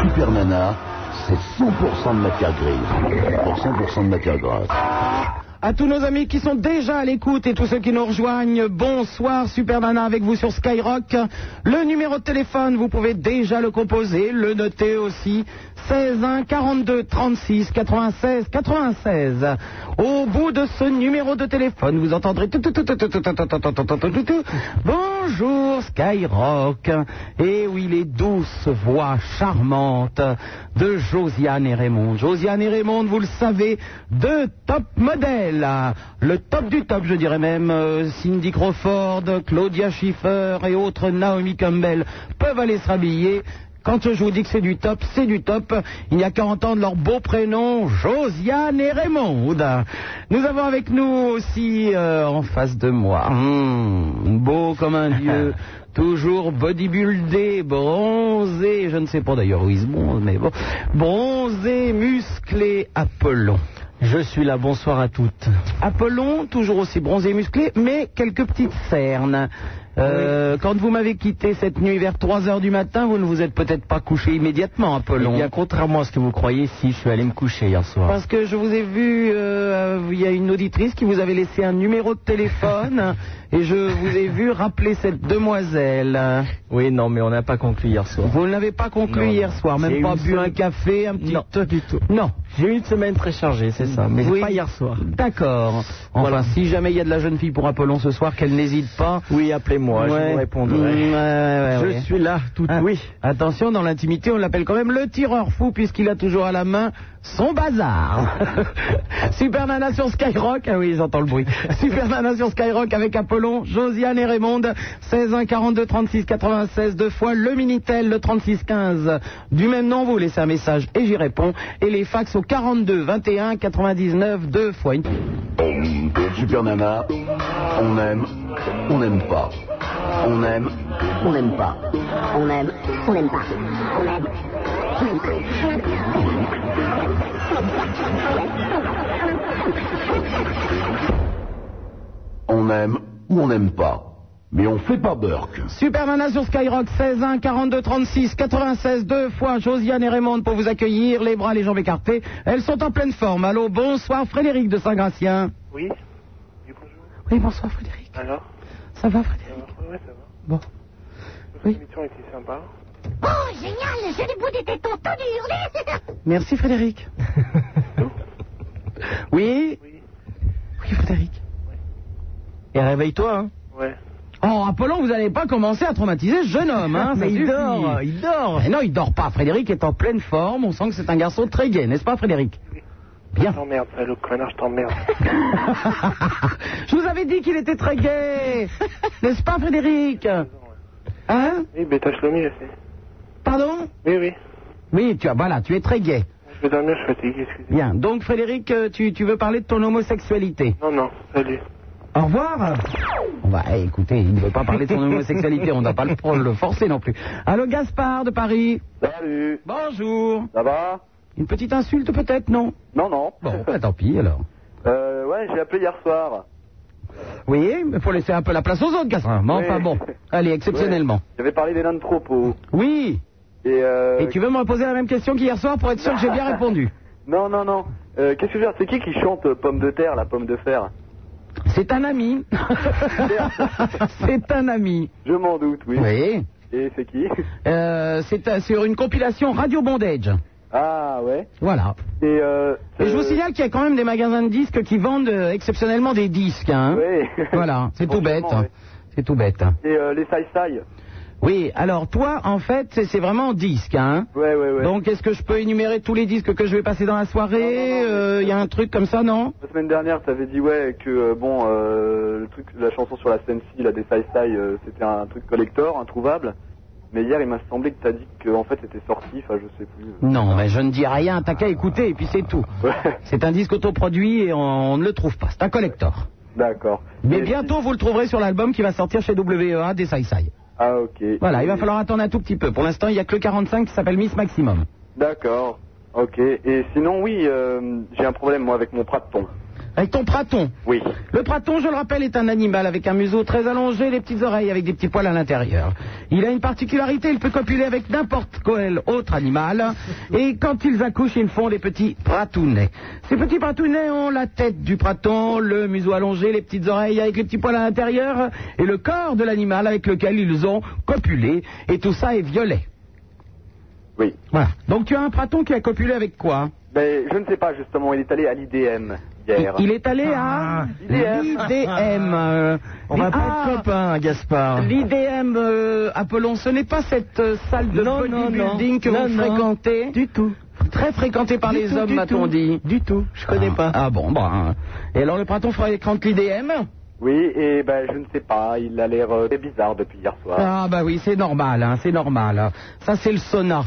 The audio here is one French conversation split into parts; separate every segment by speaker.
Speaker 1: Super Nana, c'est 100% de matière grise pour 100% de matière grasse.
Speaker 2: À tous nos amis qui sont déjà à l'écoute et tous ceux qui nous rejoignent, bonsoir Supermana avec vous sur Skyrock. Le numéro de téléphone, vous pouvez déjà le composer, le noter aussi. 16 1 42 36 96 96. Au bout de ce numéro de téléphone, vous entendrez tout tout tout tout tout tout tout tout tout tout tout tout. Bonjour Skyrock. Et oui, les douces voix charmantes de Josiane et Raymond. Josiane et Raymond, vous le savez, deux top modèles le top du top, je dirais même, euh, Cindy Crawford, Claudia Schiffer et autres Naomi Campbell peuvent aller se rhabiller. Quand je vous dis que c'est du top, c'est du top. Il y a 40 ans de leur beau prénom, Josiane et Raymond. Nous avons avec nous aussi euh, en face de moi, hmm, beau comme un dieu, toujours bodybuildé, bronzé, je ne sais pas d'ailleurs où il se bronze, mais bon, bronzé, musclé, Apollon.
Speaker 3: Je suis là, bonsoir à toutes.
Speaker 2: Apollon, toujours aussi bronzé et musclé, mais quelques petites cernes. Euh, oui. Quand vous m'avez quitté cette nuit vers 3 heures du matin, vous ne vous êtes peut-être pas couché immédiatement, Apollon.
Speaker 3: Eh bien, contrairement à ce que vous croyez, si, je suis allé me coucher hier soir.
Speaker 2: Parce que je vous ai vu, euh, il y a une auditrice qui vous avait laissé un numéro de téléphone, et je vous ai vu rappeler cette demoiselle.
Speaker 3: Oui, non, mais on n'a pas conclu hier soir.
Speaker 2: Vous n'avez pas conclu non, hier non. soir, même pas bu semaine... un café, un petit...
Speaker 3: Non, du tout.
Speaker 2: Non.
Speaker 3: J'ai eu une semaine très chargée, c'est ça, mais
Speaker 2: oui.
Speaker 3: pas hier soir.
Speaker 2: D'accord. Enfin, voilà. si jamais il y a de la jeune fille pour Apollon ce soir, qu'elle n'hésite pas.
Speaker 3: Oui, appelez-moi, ouais. je vous répondrai. Mmh,
Speaker 2: ouais,
Speaker 3: ouais, je suis là, tout ah, oui.
Speaker 2: Attention, dans l'intimité, on l'appelle quand même le tireur fou, puisqu'il a toujours à la main son bazar. Super Nana sur Skyrock. Ah oui, j'entends le bruit. Super Nana sur Skyrock avec Apollon, Josiane et Raymond. 16 1 42 36 96 deux fois le Minitel, le 36 15. Du même nom, vous laissez un message et j'y réponds. Et les fax au 42 21 99 deux fois. Une...
Speaker 1: Super Nana, on aime, on n'aime pas. On aime, on n'aime pas.
Speaker 4: On aime, on n'aime pas. On aime.
Speaker 1: On aime ou on n'aime pas. Mais on fait pas Burke.
Speaker 2: Superman sur Skyrock, 16 1 42 36 96 deux fois Josiane et Raymond pour vous accueillir, les bras, les jambes écartées. Elles sont en pleine forme. Allô, bonsoir Frédéric de Saint-Gratien.
Speaker 5: Oui. oui.
Speaker 2: bonjour. Oui, bonsoir Frédéric.
Speaker 5: Alors
Speaker 2: Ça va Frédéric
Speaker 5: ça va, ouais, ça va.
Speaker 2: Bon.
Speaker 5: Oui. L'émission était sympa.
Speaker 4: Oh, génial J'ai les bouts des tétons de hurler
Speaker 2: Merci Frédéric. oui
Speaker 5: Oui.
Speaker 2: Oui Frédéric.
Speaker 5: Ouais.
Speaker 2: Et réveille-toi, hein
Speaker 5: Ouais.
Speaker 2: Oh, Apollon, vous n'allez pas commencer à traumatiser ce jeune homme, hein
Speaker 3: Mais
Speaker 2: ça
Speaker 3: il
Speaker 2: suffit.
Speaker 3: dort, il dort.
Speaker 2: Mais non, il dort pas. Frédéric est en pleine forme. On sent que c'est un garçon très gai, n'est-ce pas, Frédéric Bien.
Speaker 5: Je t'emmerde, salaud, connard, je t'emmerde.
Speaker 2: je vous avais dit qu'il était très gai, n'est-ce pas, Frédéric Hein
Speaker 5: Oui, mais tâche le mieux, c'est.
Speaker 2: Pardon
Speaker 5: Oui, oui.
Speaker 2: Oui, tu as, voilà, tu es très gai.
Speaker 5: Je vais dormir, je suis fatigué, excusez-moi.
Speaker 2: Bien. Donc, Frédéric, euh, tu, tu veux parler de ton homosexualité
Speaker 5: Non, non, salut.
Speaker 2: Au revoir. Bah, écoutez, il ne veut pas parler de son homosexualité, on ne va pas le, le, forcer non plus. Allô, Gaspard de Paris.
Speaker 6: Salut.
Speaker 2: Bonjour.
Speaker 6: Ça va
Speaker 2: Une petite insulte peut-être, non
Speaker 6: Non, non.
Speaker 2: Bon, bah, tant pis alors.
Speaker 6: Euh, ouais, j'ai appelé hier soir.
Speaker 2: Oui, mais faut laisser un peu la place aux autres, Gaspard. Mais
Speaker 6: Oui.
Speaker 2: enfin bon, allez, exceptionnellement.
Speaker 6: J'avais parlé des nains de propos.
Speaker 2: Oui.
Speaker 6: Et, euh...
Speaker 2: Et tu veux me reposer la même question qu'hier soir pour être sûr que j'ai bien répondu
Speaker 6: Non, non, non. Euh, Qu'est-ce que je veux dire C'est qui qui chante euh, Pomme de terre, la pomme de fer
Speaker 2: C'est un ami. c'est un ami.
Speaker 6: Je m'en doute, oui.
Speaker 2: Oui.
Speaker 6: Et c'est qui
Speaker 2: Euh, c'est euh, sur une compilation Radio Bondage.
Speaker 6: Ah ouais.
Speaker 2: Voilà.
Speaker 6: Et, euh,
Speaker 2: Et je vous
Speaker 6: euh,
Speaker 2: signale qu'il y a quand même des magasins de disques qui vendent euh, exceptionnellement des disques. Hein.
Speaker 6: Oui.
Speaker 2: Voilà, c'est tout bête.
Speaker 6: Franchement, ouais.
Speaker 2: C'est tout bête.
Speaker 6: Et euh, les saï-saï
Speaker 2: Oui, alors toi, en fait, c'est- c'est vraiment en disque. Hein.
Speaker 6: Ouais, ouais, ouais.
Speaker 2: Donc, est-ce que je peux énumérer tous les disques que je vais passer dans la soirée
Speaker 6: Non, non, non,
Speaker 2: Euh, Il y a un truc comme ça, non
Speaker 6: La semaine dernière, t'avais dit ouais que euh, bon euh, le truc, la chanson sur la Sensi, la des Saïsaï, euh, c'était un truc collector, introuvable. Mais hier, il m'a semblé que t'as dit que en fait c'était sorti, enfin je sais plus.
Speaker 2: Non, mais je ne dis rien, t'as qu'à écouter et puis c'est tout.
Speaker 6: Ouais.
Speaker 2: C'est un disque autoproduit et on, on ne le trouve pas, c'est un collector.
Speaker 6: D'accord.
Speaker 2: Mais
Speaker 6: Et
Speaker 2: bientôt vous le trouverez sur l'album qui va sortir chez WEA des Sai Sai.
Speaker 6: si- Ah ok.
Speaker 2: Voilà, il va
Speaker 6: Et-
Speaker 2: falloir attendre un tout petit peu. Pour l'instant, il n'y a que le 45 qui s'appelle Miss Maximum.
Speaker 6: D'accord. Ok. Et sinon oui, euh, j'ai un problème moi avec mon praton.
Speaker 2: Avec ton praton.
Speaker 6: Oui.
Speaker 2: Le praton, je le rappelle, est un animal avec un museau très allongé, des petites oreilles avec des petits poils à l'intérieur. Il a une particularité, il peut copuler avec n'importe quel autre animal. Et quand ils accouchent, ils font des petits pratounets. Ces petits pratounets ont la tête du praton, le museau allongé, les petites oreilles avec les petits poils à l'intérieur et le corps de l'animal avec lequel ils ont copulé. Et tout ça est violet.
Speaker 6: Oui.
Speaker 2: Voilà. Donc tu as un praton qui a copulé avec quoi
Speaker 6: Ben, je ne sais pas justement, il est allé à l'IDM hier.
Speaker 2: Il est allé à l'IDM. euh,
Speaker 3: Ah. On va
Speaker 2: ah,
Speaker 3: pas être copains, hein, Gaspard.
Speaker 2: L'IDM, euh, Apollon, ce n'est pas cette euh, salle de
Speaker 3: Non, non,
Speaker 2: bodybuilding
Speaker 3: non.
Speaker 2: que
Speaker 3: Non,
Speaker 2: vous
Speaker 3: non.
Speaker 2: fréquentez,
Speaker 3: Du tout.
Speaker 2: très fréquentée par
Speaker 3: Du
Speaker 2: les
Speaker 3: tout,
Speaker 2: hommes,
Speaker 3: du
Speaker 2: m'a-t-on
Speaker 3: tout.
Speaker 2: dit.
Speaker 3: Du tout. Je connais
Speaker 2: Ah,
Speaker 3: pas.
Speaker 2: Ah bon, bah. hein. Et alors le printemps fréquente l'IDM
Speaker 6: Oui, et ben, je ne sais pas, il a l'air euh, très bizarre depuis hier soir.
Speaker 2: Ah bah oui, c'est normal, hein, c'est normal. Ça c'est le sauna.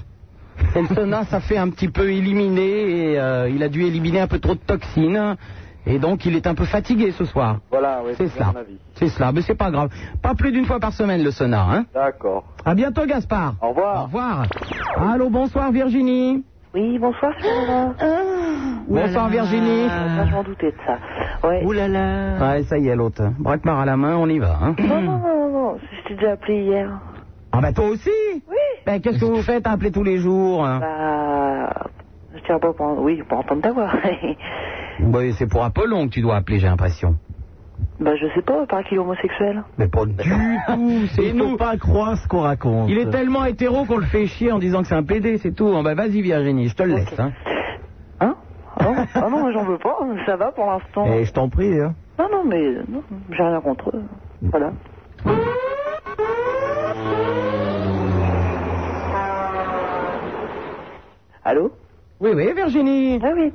Speaker 2: C'est le sauna, ça fait un petit peu éliminer, et, euh, il a dû éliminer un peu trop de toxines, et donc il est un peu fatigué ce soir.
Speaker 6: Voilà, oui,
Speaker 2: C'est
Speaker 6: bien
Speaker 2: cela.
Speaker 6: mon avis.
Speaker 2: C'est cela, mais c'est pas grave. Pas plus d'une fois par semaine le sauna, hein.
Speaker 6: D'accord.
Speaker 2: À bientôt Gaspard.
Speaker 6: Au revoir.
Speaker 2: Au revoir. Allô, bonsoir Virginie.
Speaker 7: Oui, bonsoir, Charles.
Speaker 2: Bonsoir Virginie.
Speaker 7: Ah, je m'en doutais de ça. Ouais.
Speaker 3: Ouh là là.
Speaker 2: Ouais, ça y est, l'autre. Braquemar à la main, on y va. Hein.
Speaker 7: Non, non, non, non, non, je t'ai déjà appelé hier.
Speaker 2: Ah bah toi aussi
Speaker 7: Oui.
Speaker 2: Ben, Qu'est-ce que vous faites à appeler tous les jours hein
Speaker 7: Bah, je tiens pas pour, oui, pour entendre ta voix.
Speaker 2: Bah, C'est pour Apollon que tu dois appeler, j'ai l'impression.
Speaker 7: bah, je sais pas, par qui homosexuel.
Speaker 2: Mais pas du tout,
Speaker 3: Et nous pas croire ce qu'on raconte.
Speaker 2: Il est tellement hétéro qu'on le fait chier en disant que c'est un PD, c'est tout. Ah bah vas-y Virginie, je te le laisse. Hein.
Speaker 7: Hein Ah non, ah non, moi, j'en veux pas, ça va pour l'instant.
Speaker 3: Eh, je t'en prie. Hein.
Speaker 7: Non, non, mais non, j'ai rien contre eux. Voilà. Allô
Speaker 2: Oui, oui Virginie.
Speaker 7: Ah oui,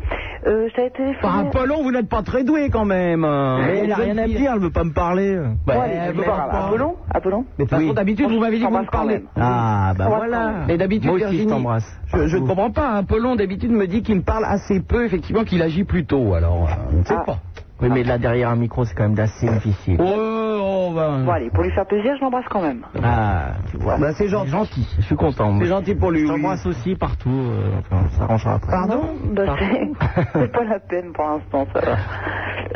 Speaker 7: euh, je t'avais
Speaker 2: Par
Speaker 7: téléphoné.
Speaker 2: Apollon, vous n'êtes pas très doué quand même.
Speaker 3: Mais Hein. elle a rien à me dire, elle veut pas me parler.
Speaker 2: Ah. Bah,
Speaker 7: Ouais, allez, je veux
Speaker 2: mais
Speaker 7: voir.
Speaker 2: pourquoi Mmh.
Speaker 7: Apollon Apollon
Speaker 2: Mais de toute façon,
Speaker 3: Oui.
Speaker 2: d'habitude, vous m'avez dit que vous
Speaker 7: Moi,
Speaker 2: me
Speaker 7: je t'embrasse
Speaker 2: parlez.
Speaker 7: quand
Speaker 3: Ah, bah
Speaker 7: Ouais.
Speaker 3: voilà.
Speaker 2: Mais d'habitude,
Speaker 3: Moi aussi,
Speaker 2: Virginie,
Speaker 3: je t'embrasse.
Speaker 2: Je, je ne comprends pas. hein. Apollon, d'habitude, me dit qu'il parle assez peu, effectivement, qu'il agit plus tôt. Alors, euh, je ne sais
Speaker 7: Ah.
Speaker 2: pas.
Speaker 3: Oui, mais là, derrière un micro, c'est quand même assez difficile.
Speaker 2: Oh, oh, ben.
Speaker 7: Bon, allez, pour lui faire plaisir, je l'embrasse quand même.
Speaker 3: Ah, tu vois.
Speaker 2: Bah, c'est gentil.
Speaker 3: Je suis content.
Speaker 2: C'est gentil pour lui.
Speaker 3: Je
Speaker 2: oui.
Speaker 3: t'embrasse aussi partout. euh, enfin, ça arrangera après.
Speaker 2: Pardon
Speaker 7: Bah, c'est- c'est pas la peine pour l'instant, ça va.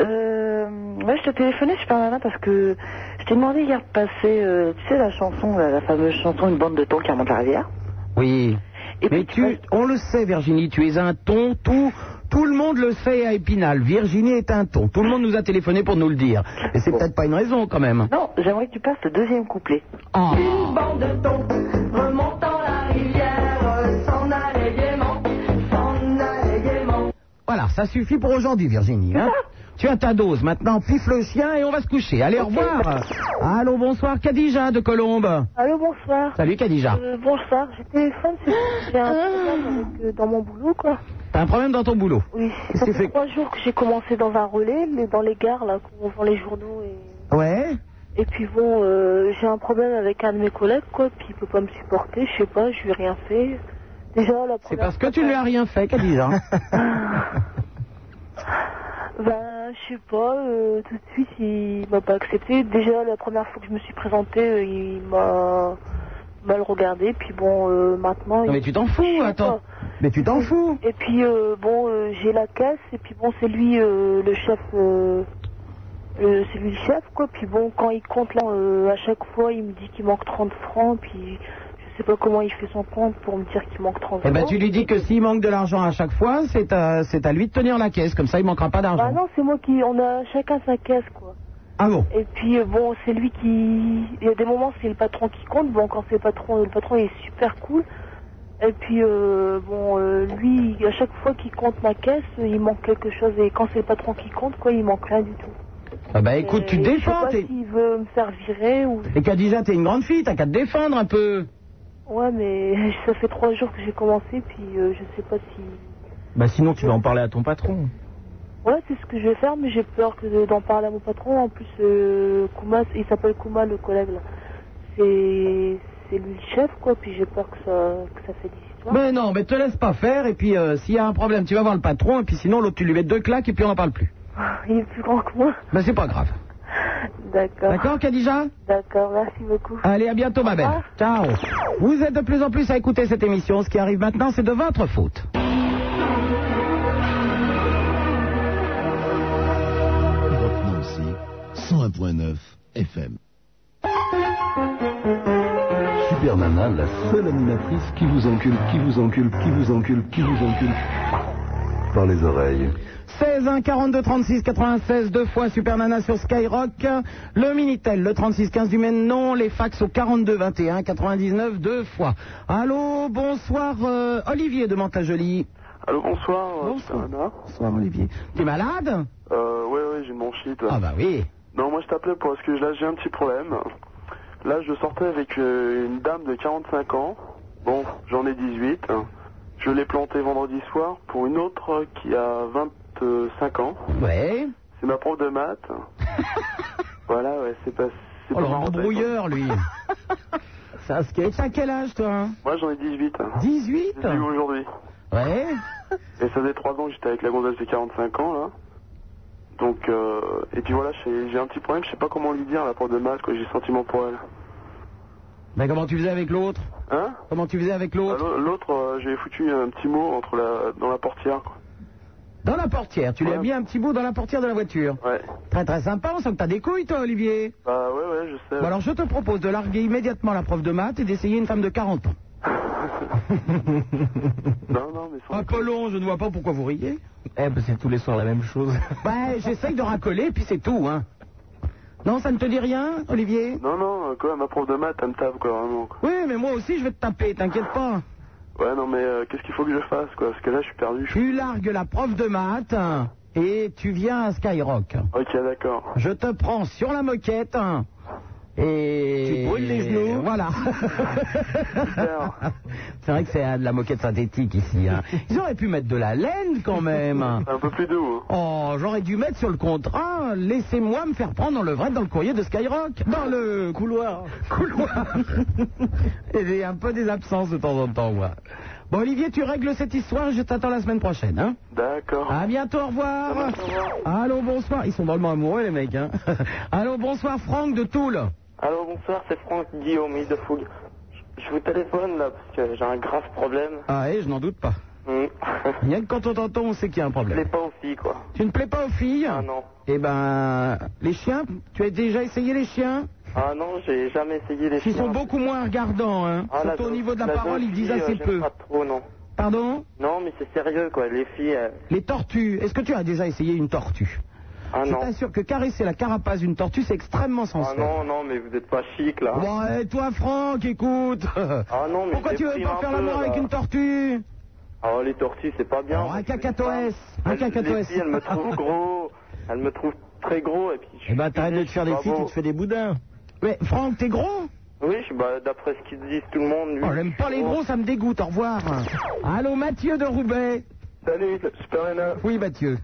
Speaker 7: Euh, ouais, je te téléphonais, super nana, parce que je t'ai demandé hier de passer, euh, tu sais, la chanson, la, la fameuse chanson Une bande de temps qui remonte la rivière.
Speaker 2: Oui.
Speaker 7: Et
Speaker 2: Mais
Speaker 7: puis,
Speaker 2: tu, on le sait, Virginie, tu es un ton, tout, tout le monde le sait à Épinal. Virginie est un ton. Tout le monde nous a téléphoné pour nous le dire. Et c'est peut-être pas une raison, quand même.
Speaker 7: Non, j'aimerais que tu passes le deuxième couplet.
Speaker 2: Ah. Voilà, ça suffit pour aujourd'hui, Virginie. Hein tu as ta dose. Maintenant, piffe le chien et on va se coucher. Allez, au revoir. Allô, bonsoir, Kadija de Colombe.
Speaker 8: Allô, bonsoir.
Speaker 2: Salut, Kadija.
Speaker 8: Euh, bonsoir, je téléphone, c'est que j'ai un problème avec, euh, dans mon boulot, quoi.
Speaker 2: T'as un problème dans ton boulot.
Speaker 8: Oui,
Speaker 2: Qu'est-ce
Speaker 8: ça
Speaker 2: que
Speaker 8: fait,
Speaker 2: tu fais
Speaker 8: trois jours que j'ai commencé dans un relais, mais dans les gares, là, où on vend les journaux. Et,
Speaker 2: Ouais.
Speaker 8: et puis bon, euh, j'ai un problème avec un de mes collègues, quoi, puis il peut pas me supporter, je sais pas, je lui ai rien fait. Déjà, la
Speaker 2: C'est
Speaker 8: première
Speaker 2: parce que tu ne lui as rien fait, Kadija.
Speaker 8: Ben, je sais pas, euh, tout de suite, il m'a pas accepté. Déjà, la première fois que je me suis présentée, euh, il m'a mal regardé, puis bon, euh, maintenant...
Speaker 2: Non, mais
Speaker 8: il-
Speaker 2: tu t'en fous,
Speaker 8: Je sais
Speaker 2: attends.
Speaker 8: pas.
Speaker 2: Mais tu t'en fous.
Speaker 8: Et puis euh, bon, euh, j'ai la caisse et puis bon, c'est lui euh, le chef, euh, euh, c'est lui le chef quoi. Puis bon, quand il compte là, euh, à chaque fois, il me dit qu'il manque 30 francs. Puis je sais pas comment il fait son compte pour me dire qu'il manque 30
Speaker 2: Eh
Speaker 8: francs.
Speaker 2: ben, tu lui dis que s'il manque de l'argent à chaque fois, c'est à, c'est à lui de tenir la caisse. Comme ça, il manquera pas
Speaker 8: Bah
Speaker 2: d'argent.
Speaker 8: non, c'est moi qui, on a chacun sa caisse quoi.
Speaker 2: Ah bon
Speaker 8: Et puis euh, bon, c'est lui qui, il y a des moments c'est le patron qui compte. Bon, quand c'est le patron, le patron il est super cool. Et puis euh, bon, euh, lui, à chaque fois qu'il compte ma caisse, euh, il manque quelque chose. Et quand c'est le patron qui compte, quoi, il manque rien du tout.
Speaker 2: Ah bah écoute, tu te
Speaker 8: Et
Speaker 2: défends.
Speaker 8: Je sais
Speaker 2: t'es-
Speaker 8: pas s'il veut me faire virer ou.
Speaker 2: Et Kadija, t'es une grande fille, t'as qu'à te défendre un peu.
Speaker 8: Ouais, mais ça fait trois jours que j'ai commencé, puis euh, je sais pas si.
Speaker 3: Bah, sinon, tu vas en parler à ton patron.
Speaker 8: Ouais, c'est ce que je vais faire, mais j'ai peur que de- d'en parler à mon patron. En plus, euh, Kouma, il s'appelle Kouma, le collègue là. C'est c'est lui le chef, quoi. Puis j'ai peur que ça que ça fait des histoires.
Speaker 2: Mais non, mais te laisse pas faire. Et puis, euh, s'il y a un problème, tu vas voir le patron. Et puis, sinon, l'autre, tu lui mets deux claques et puis on n'en parle plus.
Speaker 8: Il est plus grand que moi.
Speaker 2: Ben, c'est pas grave.
Speaker 8: D'accord.
Speaker 2: D'accord, Kadija
Speaker 8: D'accord. Merci beaucoup.
Speaker 2: Allez, à bientôt, ma belle. Ciao. Vous êtes de plus en plus à écouter cette émission. Ce qui arrive maintenant, c'est de votre faute.
Speaker 1: 101.9 FM. Super Nana, la seule animatrice qui vous encule, qui vous encule, qui vous encule, qui vous encule. Par les oreilles.
Speaker 2: 16 1 42 36 96 deux fois Super Nana sur Skyrock, le Minitel, le 36 15 du même nom, les fax au 42 21 99 deux fois. Allô, bonsoir euh, Olivier de Mantajoli.
Speaker 9: Allô, bonsoir.
Speaker 2: Bonsoir. Bonsoir Olivier. T'es malade
Speaker 9: Euh, ouais, ouais, j'ai mon shit.
Speaker 2: Ah bah oui.
Speaker 9: Non, moi je t'appelais parce que là j'ai un petit problème. Là je sortais avec euh, une dame de 45 ans. Bon, j'en ai 18. Je l'ai plantée vendredi soir pour une autre qui a 25 ans.
Speaker 2: Ouais.
Speaker 9: C'est ma prof de maths. voilà, ouais, c'est pas. c'est
Speaker 2: Oh
Speaker 9: pas
Speaker 2: le
Speaker 9: marrant,
Speaker 2: rembrouilleur lui. C'est un sketch. Et t'as quel âge toi hein
Speaker 9: quoi. Moi j'en ai 18.
Speaker 2: 18
Speaker 9: J'ai eu aujourd'hui.
Speaker 2: Ouais.
Speaker 9: Et ça faisait 3 ans que j'étais avec la gonzesse de 45 ans là. Donc, euh, et puis voilà, j'ai j'ai un petit problème, je sais pas comment lui dire, la prof de maths, quoi, j'ai des sentiments pour elle.
Speaker 2: Mais comment tu faisais avec l'autre
Speaker 9: Hein
Speaker 2: Comment tu faisais avec
Speaker 9: Ah,
Speaker 2: l'autre
Speaker 9: l'au- L'autre, euh, j'ai foutu un petit mot entre la, dans la portière. quoi.
Speaker 2: Dans la portière. Tu lui as
Speaker 9: Ouais.
Speaker 2: mis un petit bout dans la portière de la voiture.
Speaker 9: Ouais.
Speaker 2: Très très sympa, on sent que t'as des couilles toi Olivier.
Speaker 9: Bah ouais, ouais, je sais.
Speaker 2: Bon, alors je te propose de larguer immédiatement la prof de maths et d'essayer une femme de 40 ans.
Speaker 9: Non, non, mais
Speaker 6: Ah,
Speaker 9: sans...
Speaker 2: Un peu long, Oh, je ne vois pas pourquoi vous riez.
Speaker 3: Eh ben c'est tous les soirs la même chose.
Speaker 2: Ouais, Ben, j'essaye de racoler, puis c'est tout, hein. Non, ça ne te dit rien, Olivier
Speaker 9: Non, non, euh, quoi, ma prof de maths, elle me tape, quoi, vraiment. quoi.
Speaker 2: Oui, mais moi aussi, je vais te taper, t'inquiète pas.
Speaker 9: Ouais, non, mais euh, qu'est-ce qu'il faut que je fasse, quoi Parce que là, je suis perdu. je-
Speaker 2: Tu largues la prof de maths hein, et tu viens à Skyrock.
Speaker 6: Hmm.
Speaker 9: Ok, d'accord.
Speaker 2: Je te prends sur la moquette hein, et...
Speaker 3: Tu brûles les genoux.
Speaker 2: Voilà. c'est vrai que c'est euh, de la moquette synthétique ici. hein. Ils auraient pu mettre de la laine quand même.
Speaker 9: C'est un peu plus doux. hein.
Speaker 2: Oh, j'aurais dû mettre sur le contrat. Laissez-moi me faire prendre dans le vrai dans le courrier de Skyrock. Dans le couloir. Couloir. Et J'ai un peu des absences de temps en temps, moi. Bon, Olivier, tu règles cette histoire et je t'attends la semaine prochaine, hein.
Speaker 9: D'accord.
Speaker 6: Ah.
Speaker 2: À bientôt, au revoir. Allô, bonsoir. Ils sont drôlement amoureux, les mecs, hein. Allô, bonsoir, Franck de Toul.
Speaker 6: Allô, bonsoir, c'est Franck Guillaume, île de Fougue. Je- Je vous téléphone là parce que j'ai un grave problème.
Speaker 2: Ah, eh, je n'en doute pas.
Speaker 6: Hmm.
Speaker 2: Rien que quand on t'entend, on sait qu'il y a un
Speaker 6: Je l'ai
Speaker 2: problème.
Speaker 6: pas aussi, quoi.
Speaker 2: Tu ne plais pas aux filles
Speaker 6: Ah non.
Speaker 2: Eh ben, les chiens, tu as déjà essayé les chiens
Speaker 6: Ah non, j'ai jamais essayé les
Speaker 2: Ils sont
Speaker 6: chiens.
Speaker 2: beaucoup moins regardants, hein.
Speaker 6: Ah, la
Speaker 2: Surtout au
Speaker 6: zo-
Speaker 2: niveau de la,
Speaker 6: la
Speaker 2: parole, ils disent
Speaker 6: zoophilie,
Speaker 2: assez
Speaker 6: euh,
Speaker 2: peu.
Speaker 6: j'aime Pas trop, non.
Speaker 2: Pardon
Speaker 6: Non, mais c'est sérieux, quoi. Les filles, elles-
Speaker 2: Les tortues. Est-ce que tu as déjà essayé une tortue
Speaker 6: ah
Speaker 2: Je
Speaker 6: non.
Speaker 2: t'assure que caresser la carapace d'une tortue, c'est extrêmement
Speaker 6: Ah
Speaker 2: sensuel.
Speaker 6: non, non, mais vous êtes pas chic là.
Speaker 2: Bon, eh, toi, Franck, écoute.
Speaker 6: Ah non, mais
Speaker 2: Pourquoi
Speaker 6: je
Speaker 2: tu veux
Speaker 6: déprime
Speaker 2: pas
Speaker 6: un
Speaker 2: faire
Speaker 6: peu,
Speaker 2: l'amour
Speaker 6: là.
Speaker 2: avec une tortue
Speaker 6: Ah, les tortues, c'est pas bien.
Speaker 2: Alors, un
Speaker 6: Je suis
Speaker 2: cacatoès,
Speaker 6: une femme.
Speaker 2: un
Speaker 6: Elles-
Speaker 2: cacatoès.
Speaker 6: Les filles, elles me trouvent gros. Elles me trouvent très gros. Et puis, je
Speaker 2: Eh ben,
Speaker 6: suis
Speaker 2: t'arrêtes de te
Speaker 6: physique,
Speaker 2: faire des
Speaker 6: je suis
Speaker 2: filles,
Speaker 6: pas
Speaker 2: tu
Speaker 6: beau.
Speaker 2: te fais des boudins. Mais Franck, t'es gros
Speaker 6: Oui, je- bah, d'après ce qu'ils disent tout le monde. lui,
Speaker 2: Oh, J'aime pas
Speaker 6: je
Speaker 2: les
Speaker 6: suis
Speaker 2: gros, ça me dégoûte. Au revoir. Allô, Mathieu de Roubaix.
Speaker 9: Salut, Super Nana.
Speaker 2: Oui, Mathieu.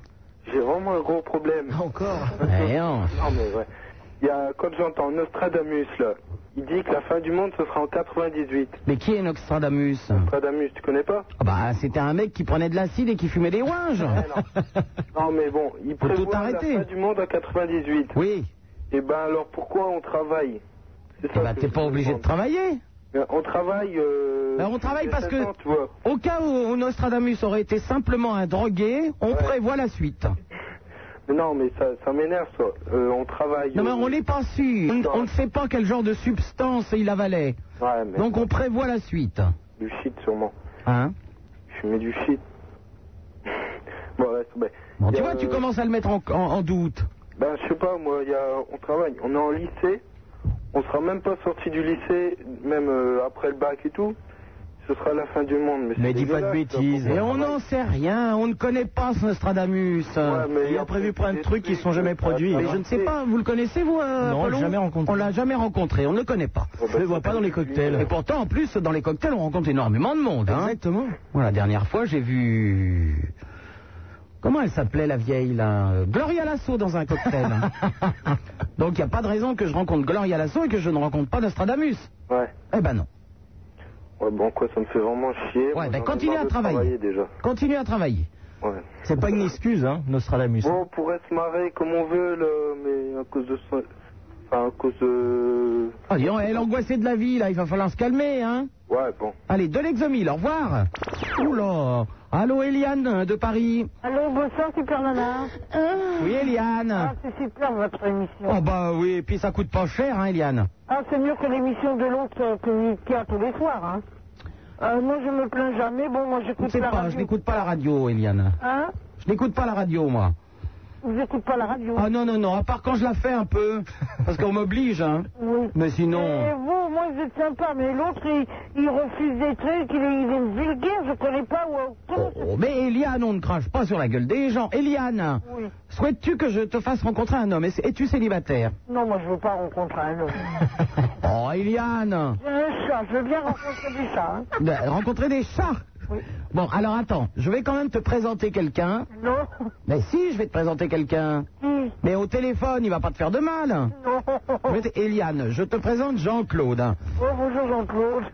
Speaker 9: J'ai vraiment un gros problème.
Speaker 2: Encore Eh non.
Speaker 9: Non, mais ouais. Il y a, comme j'entends, Nostradamus, là. Il dit que la fin du monde, ce sera en 98.
Speaker 2: Mais qui est Nostradamus
Speaker 9: Nostradamus, tu connais pas
Speaker 2: Ah Bah, c'était un mec qui prenait de l'acide et qui fumait des ouinges.
Speaker 9: Non, mais bon, il
Speaker 2: Faut tout
Speaker 9: prévoit la
Speaker 2: arrêter.
Speaker 9: fin du monde en 98.
Speaker 2: oui.
Speaker 9: Et ben alors, pourquoi on travaille C'est
Speaker 2: Eh bah,
Speaker 9: que
Speaker 2: t'es
Speaker 9: je
Speaker 2: pas
Speaker 9: me
Speaker 2: obligé de
Speaker 9: demande.
Speaker 2: travailler.
Speaker 9: Mais On travaille... euh,
Speaker 2: Ben, on travaille
Speaker 9: dès
Speaker 2: parce que-
Speaker 9: 7 ans, tu vois.
Speaker 2: Au cas où Nostradamus aurait été simplement un drogué, on prévoit la suite.
Speaker 9: Mais non, mais ça, ça m'énerve, ça. Euh, on travaille...
Speaker 2: Non, mais
Speaker 9: euh,
Speaker 2: on n'est pas sûr. On- On ne sait pas quel genre de substance il avalait.
Speaker 9: Ouais, mais
Speaker 2: Donc, on prévoit la suite.
Speaker 9: du shit, sûrement.
Speaker 2: Hein
Speaker 9: Je mets du shit. bon, ouais, c'est- ben,
Speaker 2: Bon,
Speaker 9: il y
Speaker 2: tu
Speaker 9: a,
Speaker 2: vois, tu
Speaker 9: euh,
Speaker 2: commences à le mettre en, en- en doute.
Speaker 9: Ben, je sais pas, moi, il y a, on travaille, on est en lycée, on sera même pas sorti du lycée, même euh, après le bac et tout. Ce sera la fin du monde. Mais, c'est
Speaker 3: Mais dis pas de
Speaker 9: dégueulasse, ça,
Speaker 3: bêtises.
Speaker 9: pourquoi
Speaker 2: Et on n'en sait rien, on ne connaît pas ce Nostradamus.
Speaker 9: mais
Speaker 3: il a prévu plein de trucs qui sont jamais produits.
Speaker 2: Mais je ne sais pas, vous le connaissez vous euh,
Speaker 3: Non, on l'a
Speaker 2: Apollon
Speaker 3: jamais rencontré.
Speaker 2: On l'a jamais rencontré, on ne le connaît pas.
Speaker 9: Oh, bah,
Speaker 3: Je le vois pas dans les
Speaker 2: Et
Speaker 3: cocktails.
Speaker 2: pourtant, en plus, dans les cocktails, on rencontre énormément de monde. Hein.
Speaker 3: Exactement.
Speaker 2: Moi, la dernière fois, j'ai vu. Comment elle s'appelait la vieille là euh, Gloria Lasso dans un cocktail. hein. Donc il n'y a pas de raison que je rencontre Gloria Lasso et que je ne rencontre pas Nostradamus.
Speaker 9: Ouais.
Speaker 2: Eh ben non.
Speaker 9: Ouais, bon, quoi, ça me fait vraiment chier.
Speaker 2: Ouais,
Speaker 9: Moi,
Speaker 2: ben
Speaker 9: j'en ai
Speaker 2: continue
Speaker 9: marre
Speaker 2: à
Speaker 9: de
Speaker 2: travailler.
Speaker 9: déjà.
Speaker 2: Continue à travailler.
Speaker 9: Ouais.
Speaker 3: C'est pas une excuse, hein, Nostradamus.
Speaker 9: Bon, on pourrait se marrer comme on veut, là, mais à cause de ça. Enfin, à cause de.
Speaker 2: Ah, Oh, dis donc, elle est angoissée de la vie là, il va falloir se calmer, hein
Speaker 10: Ouais, bon.
Speaker 2: Allez, de l'exomile, au revoir. Oula. Allô, Eliane de Paris.
Speaker 11: Allô, bonsoir, super nana.
Speaker 2: Oui, Eliane.
Speaker 11: Ah, c'est super votre émission.
Speaker 2: Oh bah oui, et puis ça coûte pas cher, hein, Eliane.
Speaker 11: Ah, c'est mieux que l'émission de l'autre euh, que- qui a tous les soirs. Hein. Euh, moi, je me plains jamais. Bon, moi, j'écoute
Speaker 2: Écoutez
Speaker 11: la
Speaker 2: pas, je
Speaker 11: radio.
Speaker 2: n'écoute pas la radio, Eliane.
Speaker 11: Hein
Speaker 2: Je n'écoute pas la radio, moi.
Speaker 11: Vous n'écoutez pas la radio
Speaker 2: Ah non, non, non, à part quand je la fais un peu, parce qu'on m'oblige, hein.
Speaker 11: Oui.
Speaker 2: Mais sinon...
Speaker 11: Et vous, moi, vous êtes sympa, mais l'autre, il, il refuse des trucs, il est, il est vulgaire, je connais pas. ou-
Speaker 2: Oh, oh, mais Eliane, on ne crache pas sur la gueule des gens. Eliane,
Speaker 11: Oui.
Speaker 2: souhaites-tu que je te fasse rencontrer un homme Est-ce- Es-tu célibataire
Speaker 11: Non, moi, je veux pas rencontrer un homme.
Speaker 2: Oh, Eliane
Speaker 11: J'ai un chat, je veux bien rencontrer des chats. hein.
Speaker 2: Ben, Rencontrer des chats Bon, alors attends, je vais quand même te présenter quelqu'un.
Speaker 11: Non,
Speaker 2: Mais si, je vais te présenter quelqu'un.
Speaker 11: Oui.
Speaker 2: Mais au téléphone, il va pas te faire de mal.
Speaker 11: non.
Speaker 6: Oh.
Speaker 2: Je vais te- Eliane, je te présente Jean-Claude.
Speaker 11: Oh, bonjour, Jean-Claude.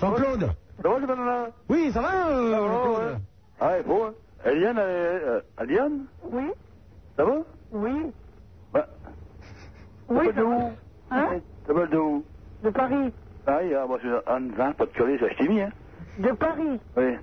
Speaker 2: Jean-Claude
Speaker 6: Ça va, Super Nana
Speaker 2: Oui, ça va, euh, Jean-Claude
Speaker 6: Ah, Oh. ouais, bon, hein. Eliane, elle- euh, Eliane
Speaker 11: Oui,
Speaker 6: Ça va
Speaker 11: oui,
Speaker 6: Bah,
Speaker 11: oui.
Speaker 6: t'appelles de où
Speaker 11: Hein
Speaker 6: T'appelles de où
Speaker 11: De Paris.
Speaker 6: Pareil, moi, je suis Anne 20, pas de Calais, j'ai acheté hein
Speaker 11: De Paris.
Speaker 6: Oui.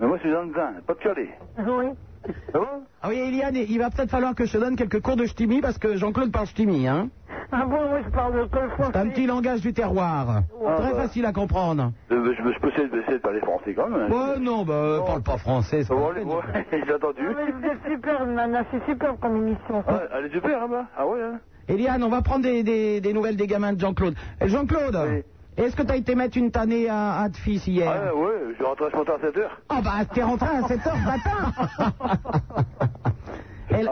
Speaker 6: Mais moi, je suis Anne 20, pas de Calais.
Speaker 11: Oui.
Speaker 6: Ça va
Speaker 2: Ah oui, Eliane, il va peut-être falloir que je te donne quelques cours de ch'timi parce que Jean-Claude parle ch'timi, hein.
Speaker 11: Ah bon, moi, je parle que le
Speaker 2: C'est un petit
Speaker 11: français.
Speaker 2: langage du terroir.
Speaker 11: Ouais.
Speaker 2: Très
Speaker 6: Ah, bah.
Speaker 2: facile à comprendre.
Speaker 6: Euh, je, je peux essayer de essayer de parler français quand même. hein.
Speaker 2: Ouais, non, bah, euh, parle pas français. c'est
Speaker 6: Ça va,
Speaker 2: pas la
Speaker 6: allez,
Speaker 2: peine.
Speaker 6: ouais, j'ai entendu.
Speaker 11: Ah, mais vous êtes super, Nana, c'est super comme émission.
Speaker 6: Ah, elle est super, hein, bah. Ah ouais, hein.
Speaker 2: Eliane, on va prendre des, des- des nouvelles des gamins de Jean-Claude. Euh, Jean-Claude,
Speaker 6: Oui.
Speaker 2: est-ce que t'as été mettre une tannée à, à de fils hier
Speaker 6: Ah ouais, je suis rentré ce matin à 7h.
Speaker 2: Ah bah, t'es rentré à 7 h ce matin elle,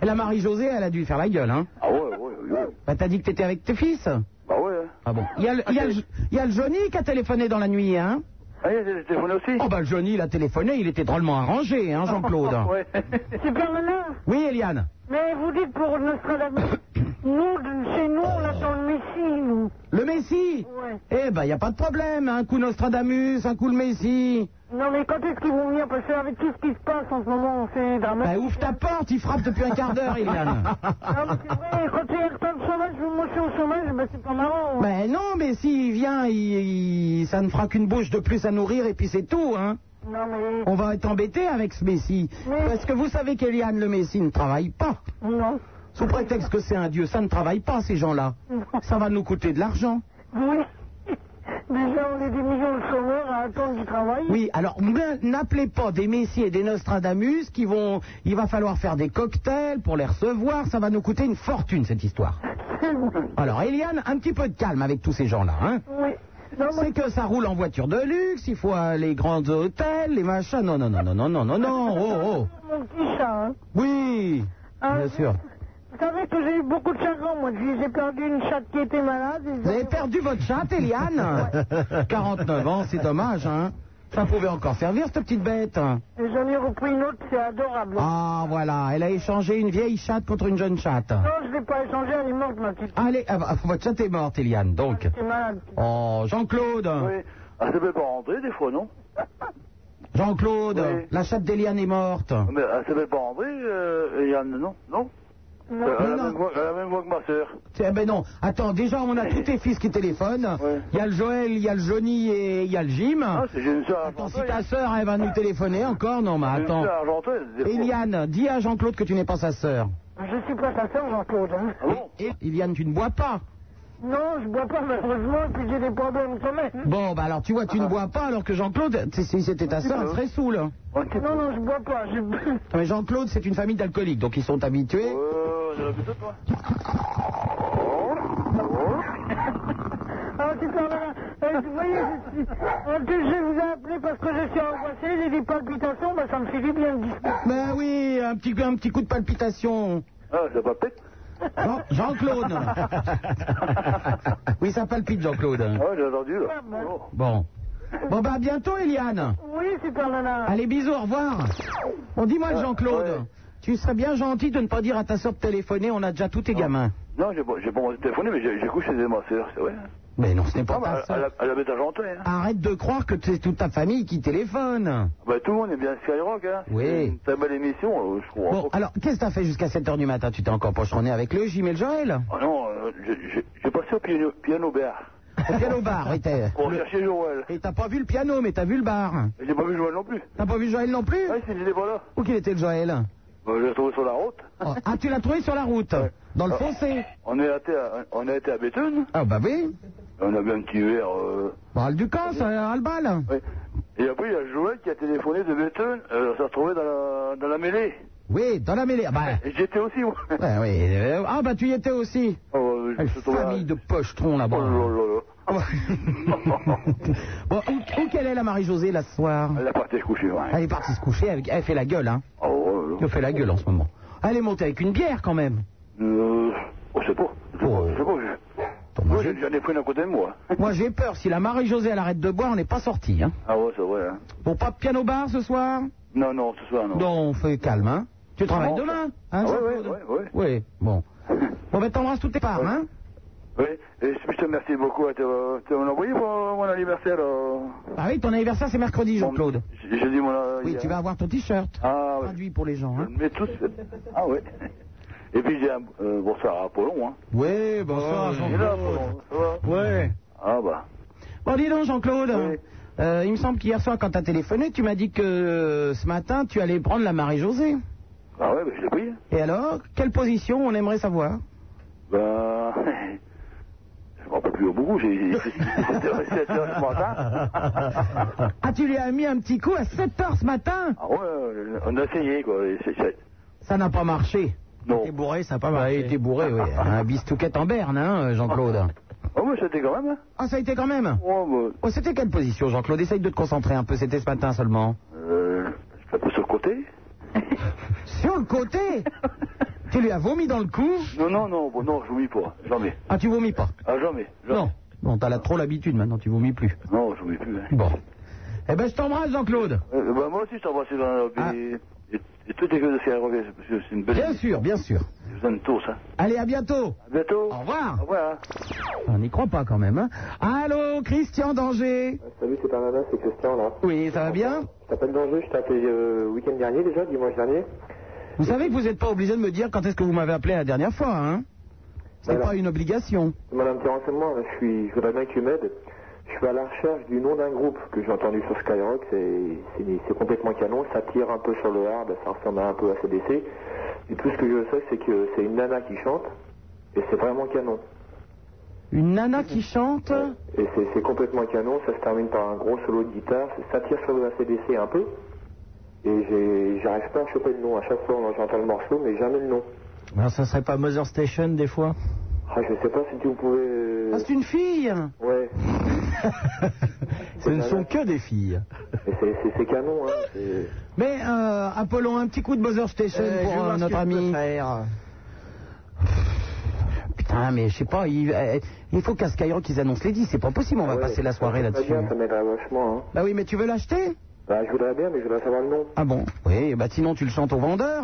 Speaker 2: elle- la Marie-Josée, elle a dû faire la gueule, hein
Speaker 6: Ah ouais, ouais, ouais, ouais.
Speaker 2: Bah, t'as dit que t'étais avec tes fils
Speaker 6: Bah ouais, hein.
Speaker 2: Ah bon Il y, a le- il y a le- il y a le Johnny qui a téléphoné dans la nuit, hein
Speaker 6: Ah, il y a des téléphones aussi
Speaker 2: Oh bah, le Johnny, il a téléphoné, il était drôlement arrangé, hein, Jean-Claude
Speaker 6: Ouais.
Speaker 11: Super, Nana,
Speaker 2: Oui, Eliane
Speaker 11: mais vous dites pour Nostradamus, nous, de- chez nous, on attend le Messie, nous.
Speaker 2: Le Messie
Speaker 11: Ouais.
Speaker 2: Eh ben, y a pas de problème. Un coup Nostradamus, un coup le Messie.
Speaker 11: Non, mais quand est-ce qu'ils vont venir Parce qu'avec tout ce qui se passe en ce moment, c'est
Speaker 2: Ben,
Speaker 11: dramatique.
Speaker 2: ouvre ta porte, il frappe depuis un quart d'heure, Eliane.
Speaker 11: Non, mais Ah c'est vrai, quand tu es retard de chômage, vous mangez au chômage, ben c'est pas marrant. hein.
Speaker 2: ben non, mais s'il vient, il- il- ça ne fera qu'une bouche de plus à nourrir et puis c'est tout, hein.
Speaker 11: Non, mais.
Speaker 2: On va être embêté avec ce Messie.
Speaker 11: Mais-
Speaker 2: Parce que vous savez qu'Eliane, le Messie, ne travaille pas.
Speaker 11: Non.
Speaker 2: Sous prétexte que c'est un dieu, ça ne travaille pas, ces gens-là. Ça va nous coûter de l'argent.
Speaker 11: Oui. Déjà, on est des millions de chômeurs à attendre du travail.
Speaker 2: Oui, alors ne- n'appelez pas des Messies et des Nostradamus qui vont. Il va falloir faire des cocktails pour les recevoir. Ça va nous coûter une fortune, cette histoire. Alors, Eliane, un petit peu de calme avec tous ces gens-là. Hein
Speaker 11: Oui. Non, moi,
Speaker 2: C'est que ça roule en voiture de luxe, il faut euh, les grands hôtels, les machins. Non, non, non, non, non, non, non, non. Oh, oh.
Speaker 11: mon petit chat, hein.
Speaker 2: Oui,
Speaker 11: Ah,
Speaker 2: bien
Speaker 11: je-
Speaker 2: sûr.
Speaker 11: Vous savez que j'ai eu beaucoup de chagrins, moi. J'ai j'ai perdu une chatte qui était malade. et
Speaker 2: Vous avez perdu votre chatte, Eliane 49 ans, c'est dommage, hein Ça pouvait encore servir, cette petite bête.
Speaker 11: et J'en ai repris une autre, c'est adorable.
Speaker 2: Ah, voilà, elle a échangé une vieille chatte contre une jeune chatte.
Speaker 11: Non, je l'ai pas échangé, elle est morte, ma petite.
Speaker 2: Allez, ah bah, votre chatte est morte, Eliane, donc.
Speaker 11: Elle était malade.
Speaker 2: Oh, Jean-Claude
Speaker 6: Oui. Ah, ça peut pas rentrer des fois, non
Speaker 2: Jean-Claude,
Speaker 6: Oui.
Speaker 2: la chatte d'Eliane est morte.
Speaker 6: Mais ah, ça peut pas rentrer, euh, Yann, non Non
Speaker 11: Non.
Speaker 6: Euh, Elle
Speaker 2: Non,
Speaker 6: a la même
Speaker 2: non.
Speaker 6: voix- elle a la même voix que ma sœur.
Speaker 2: Eh ben non, attends, déjà on a tous tes fils qui téléphonent. Il
Speaker 6: Ouais.
Speaker 2: y a le Joël, il y a le Johnny et il y a le Jim.
Speaker 6: Ah, c'est j'ai une sœur
Speaker 2: attends, si
Speaker 6: argenteuil,
Speaker 2: ta
Speaker 6: hein.
Speaker 2: sœur, elle va nous téléphoner encore, non mais
Speaker 6: J'ai une
Speaker 2: attends.
Speaker 6: sœur argenteuil, des fois.
Speaker 2: Eliane, dis à Jean-Claude que tu n'es pas sa sœur.
Speaker 11: Je suis pas sa sœur, Jean-Claude. hein.
Speaker 6: Ah bon
Speaker 2: Et- Eliane, tu ne bois pas.
Speaker 11: Non, je bois pas, malheureusement, et puis j'ai des problèmes quand même.
Speaker 2: Bon, bah alors tu vois, tu ne bois pas alors que Jean-Claude, si- si c'était ta sœur, elle serait saoule.
Speaker 11: Non, non, je bois pas. Je...
Speaker 2: Non, mais Jean-Claude, c'est une famille d'alcooliques, donc ils sont habitués.
Speaker 6: Euh, j'en ai plutôt, toi.
Speaker 11: Ah, tu parles là. Eh, vous voyez, je suis... En plus, je vous ai appelé parce que je suis angoissé, j'ai des palpitations, bah, ça me fait du bien de discuter.
Speaker 2: Ben oui, un petit, un petit coup de palpitation.
Speaker 6: Ah, ça va péter
Speaker 2: Jean- Jean-Claude. oui, ça palpite, Jean-Claude.
Speaker 6: Ah, ouais, j'ai entendu, là.
Speaker 11: Ah, bon.
Speaker 6: Oh.
Speaker 2: Bon. Bon, bah, à bientôt, Eliane.
Speaker 11: Oui, super nana.
Speaker 3: Ah.
Speaker 2: Allez, bisous, au revoir. Bon, dis-moi,
Speaker 6: Ouais,
Speaker 2: Jean-Claude,
Speaker 6: ouais.
Speaker 2: tu serais bien gentil de ne pas dire à ta soeur de téléphoner, on a déjà tous
Speaker 6: Oh.
Speaker 2: tes gamins.
Speaker 6: Non, j'ai pas, j'ai pas envie de téléphoner, mais j'ai j'ai couché chez ma sœur, c'est vrai.
Speaker 2: Mais non, ce n'est pas
Speaker 6: Ah, bah,
Speaker 2: ta
Speaker 6: elle,
Speaker 2: sœur.
Speaker 6: elle- elle habite à Argenteuil, hein.
Speaker 2: Arrête de croire que c'est toute ta famille qui téléphone.
Speaker 6: Bah, tout le monde aime bien Skyrock, hein.
Speaker 2: Oui.
Speaker 6: C'est une très belle émission, euh, je crois.
Speaker 2: Bon, alors, qu'est-ce que t'as fait jusqu'à 7h du matin Tu t'es encore pochonné avec le Jim et le Joël
Speaker 6: Ah non, euh, j'ai- j'ai j'ai passé au piano, piano bar.
Speaker 2: Au piano bar, oui, t'es-
Speaker 6: Pour
Speaker 2: le-
Speaker 6: chercher Joël.
Speaker 2: Et t'as pas vu le piano, mais t'as vu le bar.
Speaker 6: J'ai pas vu Joël non plus.
Speaker 2: T'as pas vu Joël non plus
Speaker 6: Ah, il est pas là.
Speaker 2: Où qu'il était le Joël
Speaker 6: Bah, je l'ai trouvé sur la route.
Speaker 2: Oh, Ah, tu l'as trouvé sur la route, dans
Speaker 6: Ah.
Speaker 2: le fossé.
Speaker 6: On est été à, on a été à Béthune.
Speaker 2: Ah, bah oui.
Speaker 6: On a bu un petit verre. euh,
Speaker 2: Parle du camp, ça, à le bal.
Speaker 6: ouais. Et après, il y a Joël qui a téléphoné de Béthune. Euh, on s'est retrouvé dans la, dans la mêlée.
Speaker 2: Oui, dans la mêlée. Ah, Bah,
Speaker 6: Et j'étais aussi, moi.
Speaker 2: ouais, oui. euh, Ah, bah, tu y étais aussi.
Speaker 6: Oh, euh, je
Speaker 2: Quelle
Speaker 6: suis tombé à-
Speaker 2: famille de pochetrons là-bas.
Speaker 6: Oh là
Speaker 2: Ah, bah. bon, où, où qu'elle est, la Marie-Josée, là, ce soir
Speaker 6: là là. Elle a pas été couchée, ouais.
Speaker 2: Elle est partie se coucher, avec... elle fait la gueule, hein.
Speaker 6: Oh là là.
Speaker 2: Elle fait la gueule en ce moment. Elle est montée avec une bière, quand même.
Speaker 6: Euh, oh, je sais pas. Je sais
Speaker 2: Oh,
Speaker 6: pas, je sais pas.
Speaker 2: Attends,
Speaker 6: je- Moi,
Speaker 2: moi,
Speaker 6: j'ai-
Speaker 2: j'ai-
Speaker 6: j'en ai pris d'un côté de moi.
Speaker 2: Moi, j'ai peur. Si la Marie-Josée, elle arrête de boire, on n'est pas sorti, hein.
Speaker 6: Ah ouais, c'est vrai. Hein.
Speaker 2: Bon, pas de piano-bar ce soir
Speaker 6: Non, non, ce soir, non.
Speaker 2: Non, on fait calme, hein. Tu travailles
Speaker 6: Non.
Speaker 2: demain,
Speaker 6: Ah
Speaker 2: hein
Speaker 6: ouais, ouais,
Speaker 2: Jean-Claude
Speaker 6: ouais, ouais.
Speaker 2: Oui, bon. Bon, ben, t'embrasses toutes tes parts, hein
Speaker 6: Oui, et je te remercie beaucoup. hein, Tu m'as envoyé pour euh, mon anniversaire euh,
Speaker 2: Ah oui, ton anniversaire, c'est mercredi, Jean-Claude.
Speaker 6: mon- J'ai j'ai dit mon. euh,
Speaker 2: Oui,
Speaker 6: hier.
Speaker 2: tu vas avoir ton t-shirt.
Speaker 6: Ah oui.
Speaker 2: Traduit pour les gens, hein.
Speaker 6: Mais tous. Ah oui. Et puis j'ai un. euh, bonsoir à Apollon. Hein.
Speaker 2: Oui, bonsoir,
Speaker 6: Il est là, Apollon. Ça va
Speaker 2: Ouais.
Speaker 6: Ah bah.
Speaker 2: Bon, dis donc, Jean-Claude.
Speaker 6: Oui.
Speaker 2: euh, il me semble qu'hier soir, quand t'as téléphoné, tu m'as dit que euh, ce matin, tu allais prendre la Marie-Josée.
Speaker 6: Ah ouais, bah, je l'ai pris.
Speaker 2: Et alors, quelle position on aimerait savoir
Speaker 6: Ben. Je m'en peux plus au bout. J'ai. j'ai- C'était à 7 heures ce matin.
Speaker 2: Ah, tu lui as mis un petit coup à 7 heures ce matin
Speaker 6: Ah ouais, on a essayé quoi. et c'est- c'est-
Speaker 2: Ça n'a pas marché.
Speaker 6: Non.
Speaker 2: T'es bourré, ça n'a pas marché. Bah, il était bourré, oui. Un bistouquet en berne, hein, euh, Jean-Claude.
Speaker 6: Oh, mais c'était quand même. Hein.
Speaker 2: Ah, ça a été quand même
Speaker 6: Oh, bah,
Speaker 2: Oh, C'était quelle position, Jean-Claude Essaye de te concentrer un peu, c'était ce matin seulement.
Speaker 6: euh, un peu sur le côté.
Speaker 2: Sur le côté Tu lui as vomi dans le cou
Speaker 6: Non, non, non, bon, non, je vous mis pas. Jamais.
Speaker 2: Ah, tu vomis pas
Speaker 6: Ah, jamais. jamais.
Speaker 2: Non. Bon, t'as là trop l'habitude maintenant, tu vomis plus.
Speaker 6: Non, je vous mets plus. Hein.
Speaker 2: Bon. Eh ben, je t'embrasse, Jean-Claude.
Speaker 6: Euh, bah, moi aussi, je t'embrasse, Sylvain.
Speaker 2: Ah.
Speaker 6: Et, et, et toutes les gueules de Skyrock, parce que c'est une belle.
Speaker 2: Bien sûr, bien sûr.
Speaker 6: Je vous aime tous. Hein.
Speaker 2: Allez, à bientôt.
Speaker 6: À bientôt.
Speaker 2: Au revoir.
Speaker 6: Au revoir.
Speaker 2: On n'y croit pas quand même, hein. Allô, Christian Danger
Speaker 9: Salut, c'est Bernana, c'est Christian là.
Speaker 2: Oui, ça va bien
Speaker 9: Je t'appelle Danger, je t'ai appelé euh, week-end dernier déjà, dimanche dernier.
Speaker 2: Vous savez que vous n'êtes pas obligé de me dire quand est-ce que vous m'avez appelé la dernière fois, hein C'est
Speaker 9: Voilà.
Speaker 2: pas une obligation.
Speaker 9: Je demande un petit renseignement, je, suis, je voudrais bien que tu m'aides. Je suis à la recherche du nom d'un groupe que j'ai entendu sur Skyrock, c'est- c'est c'est complètement canon, ça tire un peu sur le hard, ça ressemble un peu à CDC. Et tout ce que je sais, c'est que c'est une nana qui chante, et c'est vraiment canon.
Speaker 2: Une nana qui chante
Speaker 9: Et c'est- c'est complètement canon, ça se termine par un gros solo de guitare, ça tire sur le ACDC un peu. Et j'ai- j'arrive pas à choper le nom, à chaque fois j'entends le morceau, mais jamais le nom.
Speaker 2: Ah,
Speaker 3: Alors, ça serait pas Mother Station des fois
Speaker 9: Ah, je sais pas si tu pouvais...
Speaker 2: Ah, c'est une fille
Speaker 9: Ouais,
Speaker 3: Ce ne sont que des filles.
Speaker 9: mais c'est- c'est c'est canon,
Speaker 2: Ah,
Speaker 9: hein. c'est-
Speaker 2: Mais, euh, Apollon, un petit coup de buzzer station pour euh, notre ami. Putain, mais je sais pas, il, euh, il faut qu'à Skyrock ils annoncent les 10, c'est pas possible, on va
Speaker 9: Ouais,
Speaker 2: passer la soirée
Speaker 9: ça m'aiderait
Speaker 2: là-dessus.
Speaker 9: bien, Ça m'aiderait vachement. Hein.
Speaker 2: Bah oui, mais tu veux l'acheter
Speaker 9: Bah, je voudrais bien, mais je voudrais savoir le nom.
Speaker 2: Ah bon Oui, bah sinon tu le chantes au vendeur.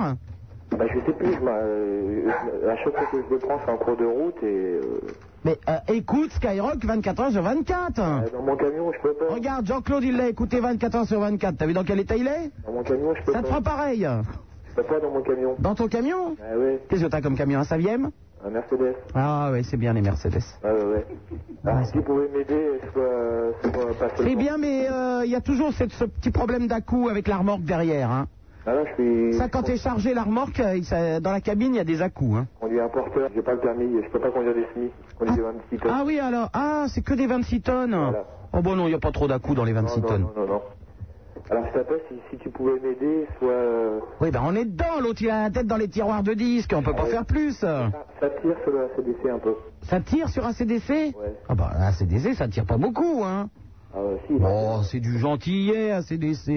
Speaker 9: Bah, je sais plus. Je m'a- euh, je- à chaque fois que je le prends, c'est en cours de route et euh,
Speaker 2: Mais euh, écoute Skyrock 24 h sur 24
Speaker 9: Eh, dans mon camion, je peux pas.
Speaker 2: Regarde, Jean-Claude, il l'a écouté 24 h sur 24. T'as vu dans quel état il est
Speaker 9: Dans mon camion, je peux
Speaker 2: Ça te
Speaker 9: pas.
Speaker 2: fera pareil.
Speaker 9: Je peux pas dans mon camion.
Speaker 2: Dans ton camion
Speaker 9: Ah ouais,
Speaker 2: Qu'est-ce que t'as comme camion Un Saviem
Speaker 9: un Mercedes.
Speaker 2: Ah oui, c'est bien les Mercedes.
Speaker 9: Ah ouais, ouais.
Speaker 2: Ouais,
Speaker 9: Ah,
Speaker 2: c'est-
Speaker 9: si vous pouvez m'aider, soit, soit pas seulement.
Speaker 2: Eh bien, mais euh, il y a toujours cette- ce petit problème d'à-coup avec la remorque derrière. Hein.
Speaker 9: Ah là, je suis.
Speaker 2: Ça, quand t'es chargé, la remorque, euh, il- ça- dans la cabine, il y a des à-coups. Hein.
Speaker 9: Je conduis un porteur. J'ai pas le permis. Je peux pas conduire des semis. Je conduis des 26 tonnes.
Speaker 2: Ah oui, alors, ah, c'est que des 26 tonnes.
Speaker 9: Voilà.
Speaker 2: Oh bon, non, il n'y a pas trop d'à-coups dans les 26
Speaker 9: non, non,
Speaker 2: tonnes.
Speaker 9: non, non, non. Alors, je t'appelle si, si tu pouvais m'aider, soit. euh,
Speaker 2: Oui, ben on est dedans, l'autre il a la tête dans les tiroirs de disques, on peut pas
Speaker 9: oui.
Speaker 2: faire plus.
Speaker 9: ça- Ça tire sur le ACDC un peu.
Speaker 2: Ça tire sur ACDC
Speaker 9: Ouais.
Speaker 2: Ah bah, ACDC, ça tire pas beaucoup, hein.
Speaker 9: Ah ouais, si.
Speaker 2: Oh, c'est du gentillet, ACDC.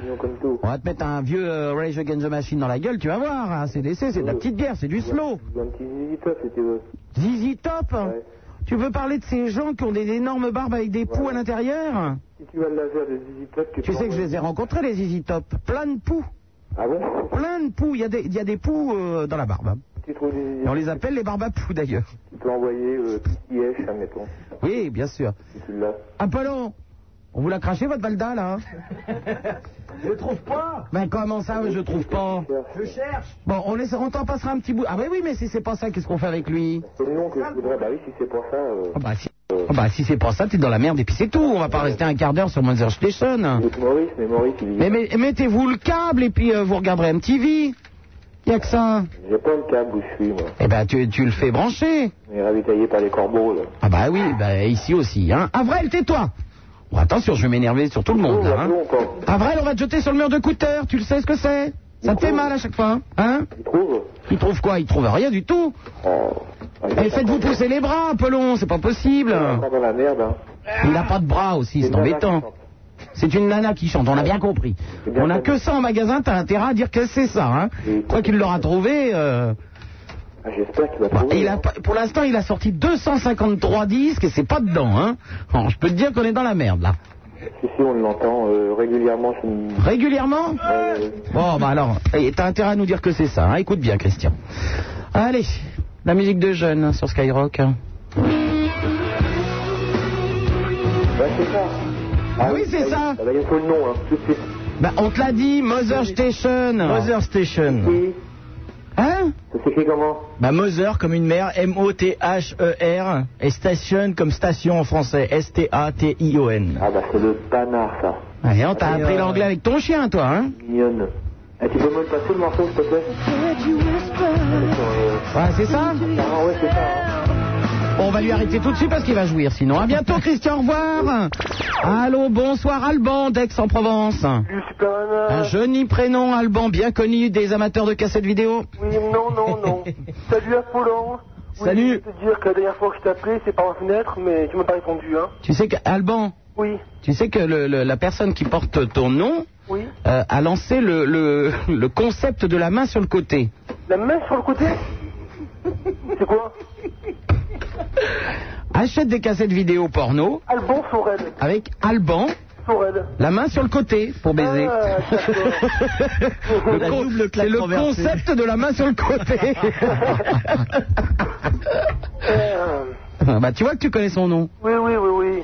Speaker 9: Mignon comme tout.
Speaker 2: On va te mettre un vieux euh, Rage Against the Machine dans la gueule, tu vas voir. hein. ACDC, c'est de la petite guerre, c'est du slow.
Speaker 9: Je veux Un petit visiteur, si tu veux.
Speaker 2: Zizi Top
Speaker 9: Ouais.
Speaker 2: Tu veux parler de ces gens qui ont des énormes barbes avec des poux à l'intérieur
Speaker 9: Si tu as le laser de visiteur, tu
Speaker 2: Tu
Speaker 9: peux
Speaker 2: sais que je
Speaker 9: envoyer-
Speaker 2: les ai rencontrés, les Zizi Top. Plein de poux.
Speaker 9: Ah bon
Speaker 2: Plein de poux. Il y a des, il y a des poux euh, dans la barbe.
Speaker 9: Tu trouves des
Speaker 2: Et on
Speaker 9: visiteurs,
Speaker 2: les appelle les barbes à poux, d'ailleurs.
Speaker 9: tu peux envoyer euh, PCH, admettons,
Speaker 2: Oui, bien sûr.
Speaker 9: si tu l'as.
Speaker 2: Apollon, on vous l'a craché votre Valda là hein.
Speaker 3: Je trouve pas
Speaker 2: Ben comment ça, je trouve pas
Speaker 3: Je cherche
Speaker 2: Bon, on, laisse, on t'en passera un petit bout. Ah ben oui, mais si c'est pas ça, qu'est-ce qu'on fait avec lui
Speaker 9: C'est le nom que je voudrais. Bah oui, si c'est pour ça. euh,
Speaker 2: Ah bah, si- Oh, bah, si c'est pas ça, t'es dans la merde et puis c'est tout. On va pas rester un quart d'heure sur Monster Station.
Speaker 11: Avec Maurice, mais Maurice, il
Speaker 2: Mais, mais- mettez-vous le câble et puis euh, vous regarderez MTV. Y a que ça.
Speaker 11: J'ai pas le câble où je suis, moi.
Speaker 2: Eh ben, tu, tu le fais brancher.
Speaker 11: On est ravitaillé par les corbeaux, là.
Speaker 2: Ah bah oui, bah, ici aussi. Hein. Avril, tais-toi. Bon, attention, je vais m'énerver sur tout le monde.
Speaker 11: Oh,
Speaker 2: Là, hein. Avril, on va te jeter sur le mur de Couter. Tu le sais ce que c'est Ça te fait mal à chaque fois. Hein
Speaker 11: Il trouve Oh,
Speaker 2: Il trouve quoi Il trouve rien du tout. Et faites-vous pousser les bras, Pelon, c'est pas possible.
Speaker 11: Pas dans la merde, hein.
Speaker 2: Il n'a pas de bras aussi, c'est embêtant. C'est une nana qui chante, on a bien compris. On a que ça en magasin, t'as intérêt à dire que c'est ça. Hein. Quoi qu'il l'aura trouvé, euh,
Speaker 11: Ah, J'espère qu'il va
Speaker 2: bah,
Speaker 11: trouver. hein.
Speaker 2: il a, pas- pour l'instant il a sorti 253 disques et c'est pas dedans. Hein. Alors, je peux te dire qu'on est dans la merde là.
Speaker 11: Si, si, on l'entend euh, régulièrement. c'est une-
Speaker 2: Régulièrement
Speaker 11: Euh,
Speaker 2: Bon, bah alors, et t'as intérêt à nous dire que c'est ça. hein. Écoute bien, Christian. Allez, la musique de jeunes hein, sur Skyrock. hein.
Speaker 11: bah, c'est ça.
Speaker 2: Ah oui, c'est ça.
Speaker 11: Ah, bah, il faut le nom, hein, tout de suite.
Speaker 2: Bah, on te l'a dit, Mother Station.
Speaker 3: Mother Station.
Speaker 11: Oui.
Speaker 2: Hein
Speaker 11: Ça s'écrit comment
Speaker 3: Bah, Mother comme une mère,
Speaker 2: E
Speaker 3: M-O-T-H-E-R, et Station comme station en français, S-T-A-T-I-O-N.
Speaker 11: Ah, bah, c'est le panard, ça.
Speaker 2: Allez, Ah, on t'a
Speaker 3: Et,
Speaker 2: appris
Speaker 3: euh,
Speaker 2: l'anglais avec ton chien, toi. Hein
Speaker 11: Mignonne. Ah, tu peux me le passer le morceau, s'il te plaît Euh,
Speaker 2: ouais, c'est ça
Speaker 11: Ah, ouais, c'est ça. hein.
Speaker 2: On va lui arrêter tout de suite parce qu'il va jouir sinon. À bientôt Christian, au revoir. Allô, bonsoir Alban d'Aix-en-Provence.
Speaker 11: Euh.
Speaker 9: Salut, Super Nana.
Speaker 2: Un joli prénom Alban bien connu des amateurs de cassettes vidéo.
Speaker 9: Oui, non, non, non. Salut Apollon. Oui,
Speaker 2: Salut.
Speaker 9: Je voulais te dire que la dernière fois que je t'ai appelé, c'est par ma fenêtre, mais tu m'as pas répondu, hein.
Speaker 2: Tu sais que Alban,
Speaker 9: Oui,
Speaker 2: tu sais que le- le- la personne qui porte ton nom
Speaker 9: oui.
Speaker 2: euh, a lancé le, le- le concept de la main sur le côté.
Speaker 9: La main sur le côté C'est quoi
Speaker 2: Achète des cassettes vidéo porno
Speaker 9: Alban Ah, Sorel.
Speaker 2: avec Alban
Speaker 9: Sorel.
Speaker 2: La main sur le côté pour baiser.
Speaker 9: Ah,
Speaker 2: Le
Speaker 3: La
Speaker 2: con-
Speaker 3: double claque
Speaker 2: C'est le
Speaker 3: renversée.
Speaker 2: concept de la main sur le côté.
Speaker 9: Euh,
Speaker 2: Ah, bah, tu vois que tu connais son nom.
Speaker 9: oui, oui, oui, oui.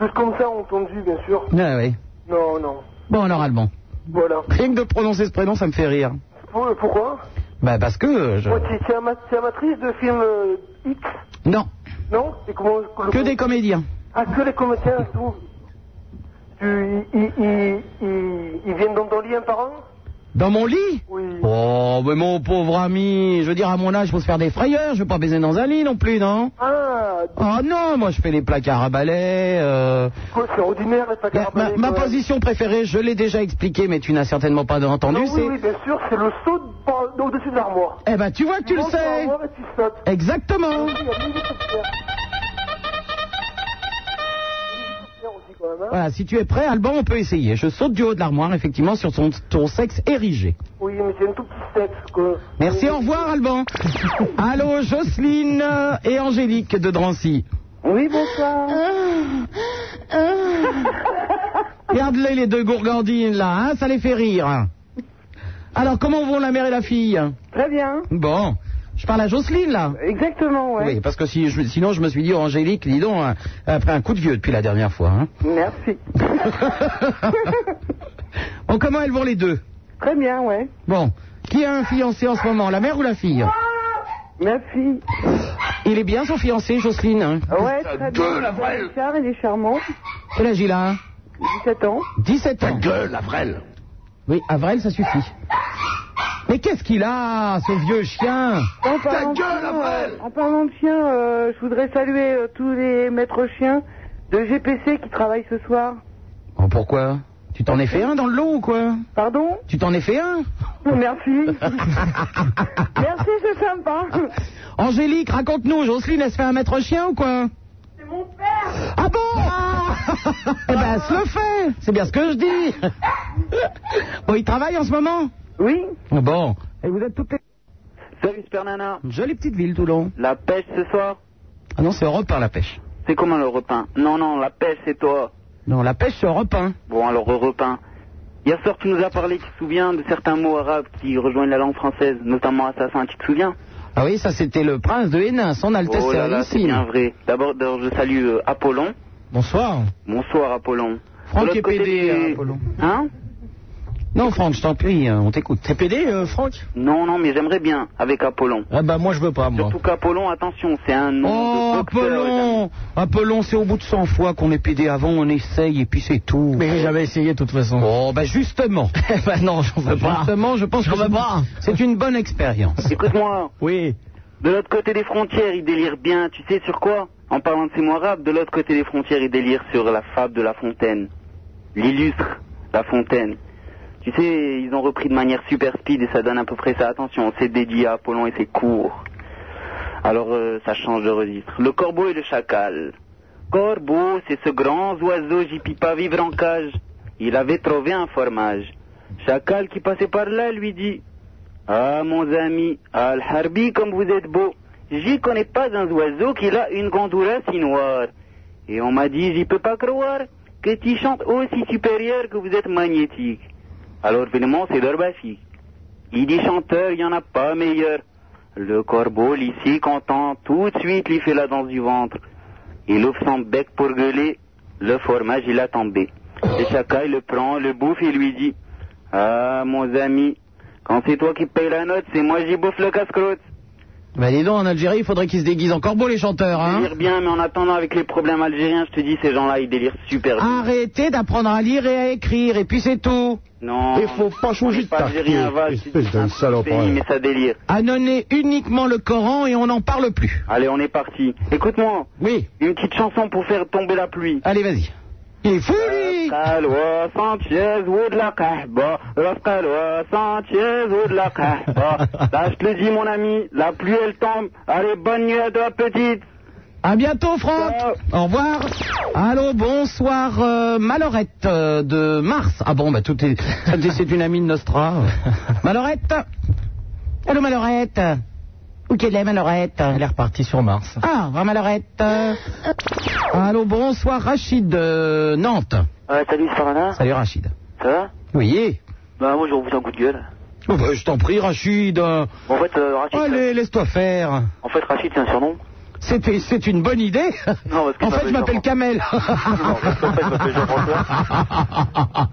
Speaker 9: Juste comme ça, entendu, bien sûr.
Speaker 2: Ah, ouais.
Speaker 9: Non, non.
Speaker 2: Bon, alors, Alban.
Speaker 9: Voilà.
Speaker 2: Rien que de prononcer ce prénom, ça me fait rire.
Speaker 9: Pour- Pourquoi
Speaker 2: Bah, parce que. euh, je-
Speaker 9: Moi, tu es, amatrice de films euh, X,
Speaker 2: Non,
Speaker 9: non Et comment-
Speaker 2: que des comédiens.
Speaker 9: Ah, que les comédiens, tout. Tu, ils, ils, ils, ils viennent dans ton lit un par un
Speaker 2: Dans mon lit
Speaker 9: Oui.
Speaker 2: Oh, mais mon pauvre ami, je veux dire, à mon âge, faut se faire des frayeurs, je veux pas baiser dans un lit non plus, non
Speaker 9: Ah,
Speaker 2: Oh non, moi je fais les placards à balai. euh,
Speaker 9: quoi, c'est ordinaire, les placards
Speaker 2: la-
Speaker 9: à
Speaker 2: ma,
Speaker 9: balai,
Speaker 2: ma
Speaker 9: quoi.
Speaker 2: position préférée, je l'ai déjà expliqué, mais tu n'as certainement pas entendu,
Speaker 9: Non,
Speaker 2: c'est.
Speaker 9: Ah oui, oui, bien sûr, c'est le saut de par- au-dessus de l'armoire.
Speaker 2: Eh ben, tu vois que tu le
Speaker 9: montes sur
Speaker 2: sais
Speaker 9: l'armoire et tu sautes.
Speaker 2: Exactement
Speaker 9: Il y a mille hélicoptères. Hélicoptères aussi, quand même, hein.
Speaker 2: Voilà, si tu es prêt, Alban, on peut essayer. Je saute du haut de l'armoire, effectivement, sur son, ton sexe érigé.
Speaker 9: Oui, mais c'est un tout petit sexe, quoi.
Speaker 2: Merci, au revoir, Alban. Allô, Jocelyne euh, et Angélique de Drancy.
Speaker 8: Oui, bonsoir.
Speaker 2: Regarde-les, les deux gourgandines, là, hein, ça les fait rire. hein. Alors, comment vont la mère et la fille
Speaker 8: Très bien.
Speaker 2: Bon, je parle à Jocelyne, là.
Speaker 8: Exactement, ouais.
Speaker 2: Oui, parce que si je- sinon, je me suis dit, oh, Angélique, dis donc, hein, elle a pris un coup de vieux depuis la dernière fois. hein.
Speaker 8: Merci.
Speaker 2: bon, comment elles vont les deux
Speaker 8: Très bien, ouais.
Speaker 2: Bon, qui a un fiancé en ce moment, la mère ou la fille
Speaker 8: Merci.
Speaker 2: Il est bien son fiancé, Jocelyne. hein.
Speaker 8: Ouais, très bien. Il est Richard, il est charmant.
Speaker 2: Quel âge il a hein
Speaker 8: 17 ans.
Speaker 2: 17 ans.
Speaker 1: Gueule, Avrel
Speaker 2: Oui, Avril, ça suffit. Mais qu'est-ce qu'il a, ce vieux chien
Speaker 8: En parlant, de chien, euh, en parlant de chien, euh, je voudrais saluer euh, tous les maîtres chiens de GPC qui travaillent ce soir.
Speaker 2: Oh, Pourquoi Tu t'en es fait un dans le lot ou quoi
Speaker 8: Pardon
Speaker 2: Tu t'en es fait un
Speaker 8: Merci. Merci, c'est sympa.
Speaker 2: Angélique, raconte-nous, Jocelyne, elle se fait un maître chien ou quoi C'est mon père Ah bon Eh ben, elle se le fait C'est bien ce que je dis Bon, il travaille en ce moment Oh,
Speaker 8: Oui
Speaker 2: Bon. Et vous êtes toutes les...
Speaker 6: Salut Super Nana.
Speaker 2: Une jolie petite ville, Toulon.
Speaker 6: La pêche ce soir
Speaker 2: Ah non, c'est Europe par la pêche.
Speaker 6: C'est comment le repas Non, non, la pêche c'est toi.
Speaker 2: Non, la pêche, c'est Europe 1.
Speaker 6: Bon, alors au repas. Hier soir, tu nous as parlé, tu te souviens, de certains mots arabes qui rejoignent la langue française, notamment assassin, tu te souviens
Speaker 2: Ah oui, ça c'était le prince de Hénin, son Altesse
Speaker 6: Oh là là, c'est
Speaker 2: Sérénissime.
Speaker 6: bien vrai. D'abord, d'abord, je salue euh, Apollon.
Speaker 2: Bonsoir.
Speaker 6: Bonsoir Apollon.
Speaker 2: Franck
Speaker 6: De l'autre
Speaker 2: est
Speaker 6: côté
Speaker 2: PD,
Speaker 6: du-
Speaker 2: hein, Apollon.
Speaker 6: Hein
Speaker 2: Non, Franck, je t'en prie, euh, on t'écoute. T'es pédé, euh, Franck
Speaker 6: Non, non, mais j'aimerais bien avec Apollon.
Speaker 3: Ah bah moi je veux pas, moi.
Speaker 6: Surtout qu'Apollon, attention, c'est un nom
Speaker 2: Oh,
Speaker 6: de boxeur.
Speaker 2: Apollon Apollon, c'est au bout de 100 fois qu'on est pédé avant, on essaye et puis c'est tout.
Speaker 3: Mais j'ai jamais essayé de toute façon.
Speaker 2: Oh, bah justement.
Speaker 3: bah non, j'en veux pas.
Speaker 2: Justement, je pense
Speaker 3: J'en
Speaker 2: que
Speaker 3: veux
Speaker 2: c'est-
Speaker 3: pas.
Speaker 2: c'est une bonne expérience.
Speaker 6: Écoute-moi,
Speaker 3: Oui.
Speaker 6: de l'autre côté des frontières, ils délirent bien, tu sais sur quoi En parlant de ces mots arabes, de l'autre côté des frontières, ils délirent sur la fable de La Fontaine. L'illustre La Fontaine. Tu sais, ils ont repris de manière super speed et ça donne à peu près ça. Attention, c'est dédié à Apollon et ses cours. Alors, euh, ça change de registre. Le corbeau et le chacal. Corbeau, c'est ce grand oiseau, j'y puis pas vivre en cage. Il avait trouvé un fromage. Chacal qui passait par là lui dit Ah, mon ami, Al-Harbi, comme vous êtes beau. J'y connais pas un oiseau qui a une gondoula si noire. Et on m'a dit J'y peux pas croire que tu chantes aussi supérieur que vous êtes magnétique. Alors, finalement, c'est leur fille. Il dit chanteur, il n'y en a pas meilleur. Le corbeau, l'ici, content, tout de suite, lui fait la danse du ventre. Il ouvre son bec pour gueuler. Le fromage, il a tombé. Le chacal le prend, le bouffe et lui dit Ah, mon ami, quand c'est toi qui paye la note, c'est moi j'y bouffe le casse-croûte.
Speaker 2: Bah dis donc, en Algérie, il faudrait qu'ils se déguisent en corbeau, les chanteurs,
Speaker 6: Ils
Speaker 2: hein
Speaker 6: délirent bien, mais en attendant, avec les problèmes algériens, je te dis, ces gens-là, ils délirent super
Speaker 2: Ah,
Speaker 6: bien.
Speaker 2: Arrêtez d'apprendre à lire et à écrire, et puis c'est tout.
Speaker 6: Non.
Speaker 1: Il faut pas changer
Speaker 6: on
Speaker 1: de
Speaker 6: est pas algérien, va,
Speaker 1: quartier,
Speaker 6: je te dis,
Speaker 1: espèce d'un
Speaker 6: c'est un
Speaker 1: salopard.
Speaker 6: pays, mais ça délire.
Speaker 2: Annonnez uniquement le Coran et on n'en parle plus.
Speaker 6: Allez, on est parti. Écoute-moi,
Speaker 2: Oui.
Speaker 6: une petite chanson pour faire tomber la pluie.
Speaker 2: Allez, vas-y. Il est fou, lui
Speaker 6: رفقة الوسط Sanchez ou de la Kahba. رفقة الوسط Sanchez ou de la Kahba. Là, je te le dis, mon ami, la pluie, elle tombe. Allez, bonne nuit à toi, petite.
Speaker 2: À bientôt, Franck. Au revoir. Allô, bonsoir, euh, Malorette euh, de Mars. Ah bon, bah tout est. C'est une amie de Nostra. Malorette. Allô, Malorette. Où qu'elle est, Malorette
Speaker 3: Elle est repartie sur Mars.
Speaker 2: Ah, au revoir, Malorette. Allô, bonsoir, Rachid de Nantes.
Speaker 8: Ouais, salut, Sarana.
Speaker 2: Salut, Rachid.
Speaker 8: Ça va
Speaker 2: Oui.
Speaker 8: Bah, moi, j'ai repoussé un coup de gueule.
Speaker 2: Oh, bah, je t'en prie, Rachid.
Speaker 8: En fait, euh, Rachid,
Speaker 2: Allez, laisse-toi faire.
Speaker 8: en fait, Rachid, c'est un surnom.
Speaker 2: C'était- C'est une bonne idée.
Speaker 8: Non, parce que
Speaker 2: en
Speaker 8: ça
Speaker 2: fait, je
Speaker 8: veut
Speaker 2: m'appelle
Speaker 8: dire-
Speaker 2: Kamel.
Speaker 8: Non, parce qu'en fait, je m'appelle Jean-François. Non,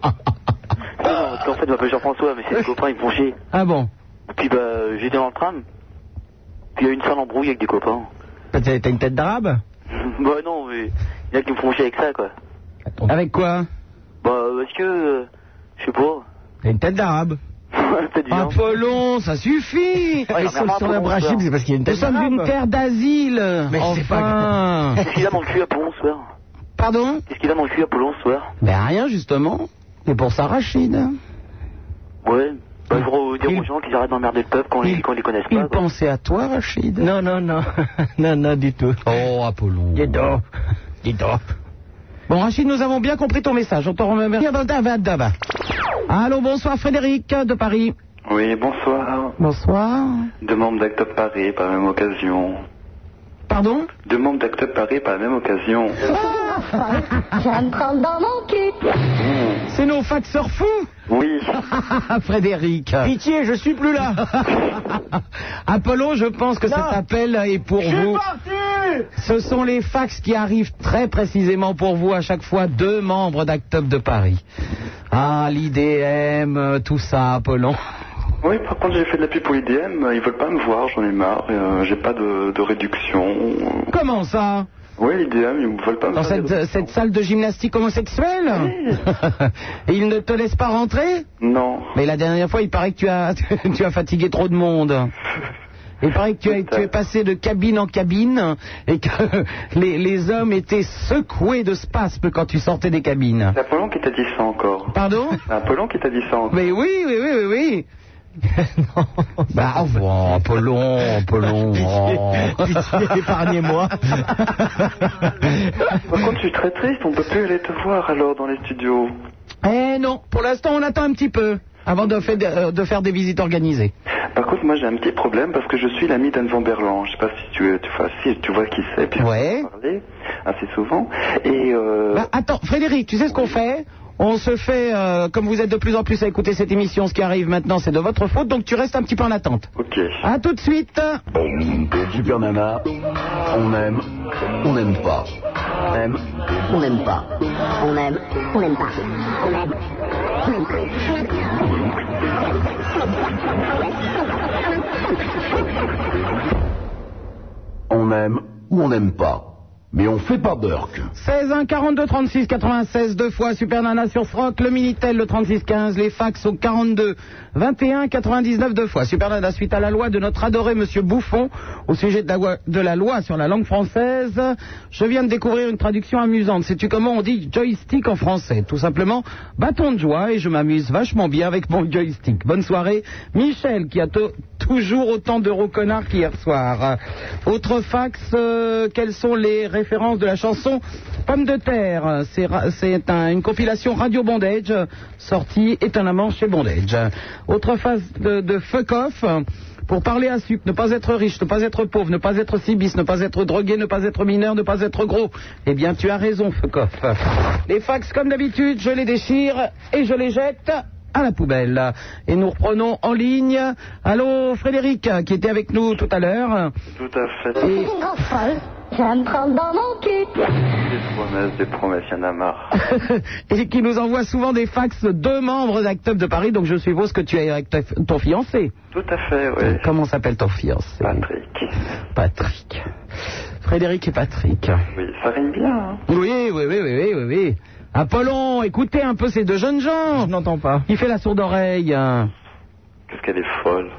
Speaker 8: non, parce qu'en fait, je m'appelle Jean-François, mais c'est des copains, ils me font chier.
Speaker 2: ah bon
Speaker 8: Puis, bah, j'étais dans le tram. Puis, il y a eu une sale embrouille avec des copains.
Speaker 3: T'as t'as une tête d'arabe
Speaker 8: bah, non, mais il y en a qui me font chier avec ça, quoi.
Speaker 2: Avec quoi
Speaker 8: Bah, parce que, euh, je sais pas.
Speaker 3: T'as une tête d'arabe.
Speaker 8: Peut-être du
Speaker 2: Ah,
Speaker 8: genre.
Speaker 2: Apollon, ça suffit
Speaker 8: Ouais,
Speaker 3: Et
Speaker 8: non, mais
Speaker 3: sur, sur
Speaker 8: à part
Speaker 3: la
Speaker 8: pour
Speaker 3: brachide,
Speaker 8: bonsoir.
Speaker 3: c'est parce qu'il y a une
Speaker 2: Nous
Speaker 3: tête
Speaker 2: sommes
Speaker 3: d'arabe.
Speaker 2: d'une terre d'asile
Speaker 3: Mais c'est
Speaker 2: Enfin
Speaker 8: Qu'est-ce qu'il a dans le cul à Poulon ce soir
Speaker 2: Pardon
Speaker 8: Qu'est-ce qu'il a dans le cul à Poulon ce soir
Speaker 2: Ben rien, justement. C'est pour ça, Rachid.
Speaker 8: Ouais. Bah, faut dire
Speaker 2: Il-
Speaker 8: aux gens qu'ils arrêtent d'emmerder le peuple quand, ils, quand ils les connaissent
Speaker 2: il
Speaker 8: pas. quoi.
Speaker 2: pensait à toi, Rachid.
Speaker 3: Non, non, non. non, non, du tout.
Speaker 2: Oh, Apollon.
Speaker 3: Dis donc. Dis donc.
Speaker 2: Bon, Rachid, nous avons bien compris ton message. On te remercie. Allô, bonsoir, Frédéric de Paris.
Speaker 9: Oui, bonsoir.
Speaker 2: Bonsoir.
Speaker 9: Deux membres d'Act Up Paris par la même occasion.
Speaker 2: Pardon
Speaker 9: Deux membres d'Act Up Paris par la même occasion.
Speaker 12: Je vais me prendre dans mon cul.
Speaker 2: Ah. C'est nos faxeurs fous
Speaker 9: Hmm. Oui.
Speaker 2: Frédéric.
Speaker 3: Pitié, je suis plus là.
Speaker 2: Apollon, je pense que cet appel est pour vous. Ce sont les fax qui arrivent très précisément pour vous à chaque fois, deux membres d'Actop de Paris. Ah, l'IDM, euh, tout ça, Apollon.
Speaker 9: Oui, par contre, j'ai fait de la pub pour IDM. Ils veulent pas me voir, j'en ai
Speaker 6: Ah,
Speaker 9: marre. Euh, j'ai pas de, de réduction.
Speaker 2: Comment ça
Speaker 9: Oui, l'IDM, ils ne veulent pas me
Speaker 2: Dans
Speaker 9: faire
Speaker 2: cette,
Speaker 9: des-
Speaker 2: euh, cette salle de gymnastique homosexuelle Et ils ne te laissent pas rentrer
Speaker 9: Non.
Speaker 2: Mais la dernière fois, il paraît que tu as, tu as fatigué trop de monde. Il paraît que tu, as- tu es passé de cabine en cabine et que les, les hommes étaient secoués de spasmes quand tu sortais des cabines.
Speaker 9: C'est Apollon qui t'a dit ça encore.
Speaker 2: Pardon
Speaker 9: C'est Apollon qui t'a dit ça encore.
Speaker 2: Mais oui, oui, oui, oui, oui.
Speaker 3: non.
Speaker 2: Bah, au revoir, Apollon, Apollon. oh.
Speaker 3: Pitié, épargnez-moi.
Speaker 9: Par contre, je suis très triste. On peut plus aller te voir alors dans les studios.
Speaker 2: Eh non, pour l'instant, on attend un petit peu avant de, fait- euh, de faire des visites organisées.
Speaker 9: Par contre, moi, j'ai un petit problème parce que je suis l'ami d'Anne Van Berland. Je sais pas si tu, tu, enfin, si, tu vois qui c'est. puisqu'on
Speaker 2: Ouais.
Speaker 9: en a parlé assez souvent. Et euh,
Speaker 2: Bah, attends, Frédéric, tu sais ce qu'on fait on se fait, euh, comme vous êtes de plus en plus à écouter cette émission, ce qui arrive maintenant, c'est de votre faute, donc tu restes un petit peu en attente.
Speaker 9: ok.
Speaker 2: À tout de suite.
Speaker 1: Super Nana, on aime, on n'aime pas. On aime, on n'aime pas.
Speaker 12: On aime, on n'aime pas. On aime, on n'aime pas.
Speaker 1: On aime ou on n'aime pas, mais on fait pas Burke.
Speaker 2: 16 1 42 36 96 deux fois Super Nana sur Froc, le Minitel le 36 15, les fax au 42 21 99 deux fois Super Nana suite à la loi de notre adoré monsieur Bouffon au sujet de la, loi- de la loi sur la langue française. Je viens de découvrir une traduction amusante. Sais-tu comment on dit joystick en français Tout simplement bâton de joie et je m'amuse vachement bien avec mon joystick. Bonne soirée Michel qui a to- toujours autant d'euros connards qu'hier soir. Autre fax, euh, quelles sont les références de la chanson Pomme de terre C'est ra- C'est un- une compilation Radio Bondage, euh, sortie étonnamment chez Bondage. Autre fax de, de Fuck Off. euh, Pour parler à sucre, ne pas être riche, ne pas être pauvre, ne pas être cibis, ne pas être drogué, ne pas être mineur, ne pas être gros. Eh bien, tu as raison, Fuck Off. Les fax, comme d'habitude, je les déchire et je les jette à la poubelle. Et nous reprenons en ligne. Allô, Frédéric, qui était avec nous tout à l'heure.
Speaker 6: Tout à fait.
Speaker 4: Je suis une grosse folle. Je vais me prendre dans mon cul.
Speaker 6: Des promesses, des promesses, il y en a marre.
Speaker 2: et qui nous envoie souvent des fax de membres d'Acteup de Paris. Donc je suppose que tu es avec ta- ton fiancé.
Speaker 6: Tout à fait, oui.
Speaker 2: Comment s'appelle ton fiancé
Speaker 6: Patrick.
Speaker 2: Patrick. Frédéric et Patrick.
Speaker 6: Oui, ça rime bien. hein.
Speaker 2: Oui, oui, oui, oui, oui, oui, oui. Apollon, écoutez un peu ces deux jeunes gens. Je n'entends pas. Il fait la sourde oreille. hein.
Speaker 6: Qu'est-ce qu'elle est folle.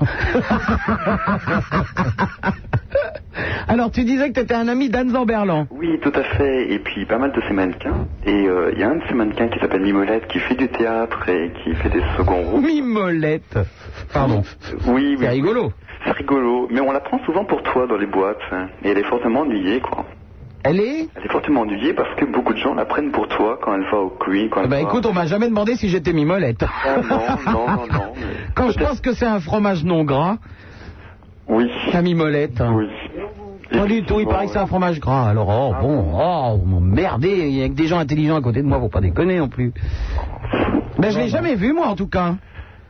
Speaker 2: Alors, tu disais que tu étais un ami d'Anne Zamberlan.
Speaker 6: Oui, tout à fait. Et puis pas mal de ces mannequins. Et euh, il y a un de ces mannequins qui s'appelle Mimolette, qui fait du théâtre et qui fait des seconds rôles.
Speaker 2: Mimolette. Pardon.
Speaker 6: Oui, oui. C'est
Speaker 2: rigolo.
Speaker 6: C'est rigolo. Mais on la prend souvent pour toi dans les boîtes. hein. Et elle est fortement ennuyée, quoi.
Speaker 2: Elle est
Speaker 6: Elle est fortement ennuyée parce que beaucoup de gens la prennent pour toi quand elle va au Queen. Quand
Speaker 2: Eh
Speaker 6: elle
Speaker 2: ben
Speaker 6: va-
Speaker 2: écoute, on m'a jamais demandé si j'étais mimolette.
Speaker 6: Ah non, non, non, non.
Speaker 2: Quand je pense que c'est un fromage non gras.
Speaker 6: Oui.
Speaker 2: La mimolette.
Speaker 6: Oui. Ah
Speaker 2: Pas du tout, il paraît que c'est un fromage gras. Alors, oh, bon, oh, vous m'emmerdez, il y a que des gens intelligents à côté de moi, faut pas déconner non plus. Ben, je l'ai jamais vue, moi, en tout
Speaker 6: Ben,
Speaker 2: cas.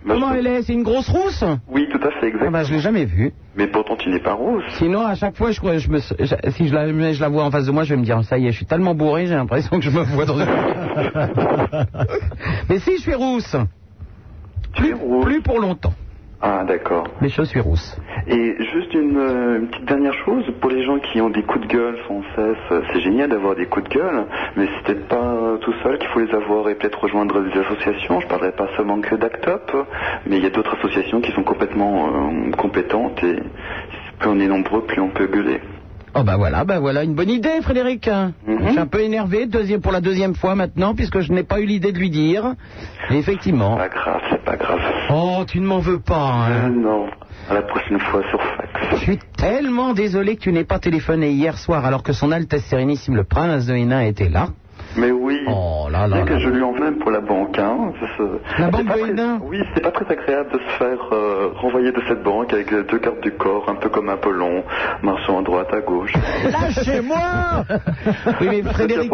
Speaker 2: Comment elle est C'est une grosse rousse
Speaker 6: Oui, tout à fait, exact.
Speaker 2: Ah ben, je l'ai jamais vue.
Speaker 6: Mais pourtant, tu n'es pas rousse.
Speaker 2: Sinon, à chaque fois, je, crois- je me, je- si je la, je la vois en face de moi, je vais me dire, ça y est, je suis tellement bourré, j'ai l'impression que je me vois dans une... Mais si, je suis rousse.
Speaker 6: Tu es rousse.
Speaker 2: Plus pour longtemps.
Speaker 6: Ah, d'accord.
Speaker 2: Mais je suis rousse.
Speaker 6: Et juste une, euh, une petite dernière chose, pour les gens qui ont des coups de gueule sans cesse, euh, c'est génial d'avoir des coups de gueule, mais c'est peut-être pas euh, tout seul qu'il faut les avoir et peut-être rejoindre des associations. Je parlerai pas seulement que d'Actop, mais il y a d'autres associations qui sont complètement euh, compétentes et plus on est nombreux, plus on peut gueuler.
Speaker 2: Oh bah voilà, bah voilà une bonne idée, Frédéric.
Speaker 9: Mhm.
Speaker 2: Je suis un peu énervé, deuxième pour la deuxième fois maintenant, puisque je n'ai pas eu l'idée de lui dire. Et effectivement.
Speaker 6: Pas grave, c'est pas grave.
Speaker 2: Oh, tu ne m'en veux pas. hein.
Speaker 6: Ah non, à la prochaine fois sur fax.
Speaker 2: Je suis tellement désolé que tu n'aies pas téléphoné hier soir, alors que son Altesse Sérénissime le Prince de Hénin était là.
Speaker 6: Mais oui,
Speaker 2: Oh, là
Speaker 6: bien
Speaker 2: là
Speaker 6: que
Speaker 2: là.
Speaker 6: je lui en veux pour la banque. Hein. C'est-
Speaker 2: La
Speaker 6: c'est
Speaker 2: banque
Speaker 6: pas
Speaker 2: de
Speaker 6: très- Oui, c'est pas très agréable de se faire euh, renvoyer de cette banque avec euh, deux cartes du corps, un peu comme Apollon, marchant à droite, à gauche.
Speaker 2: Lâchez-moi Oui, mais Frédéric,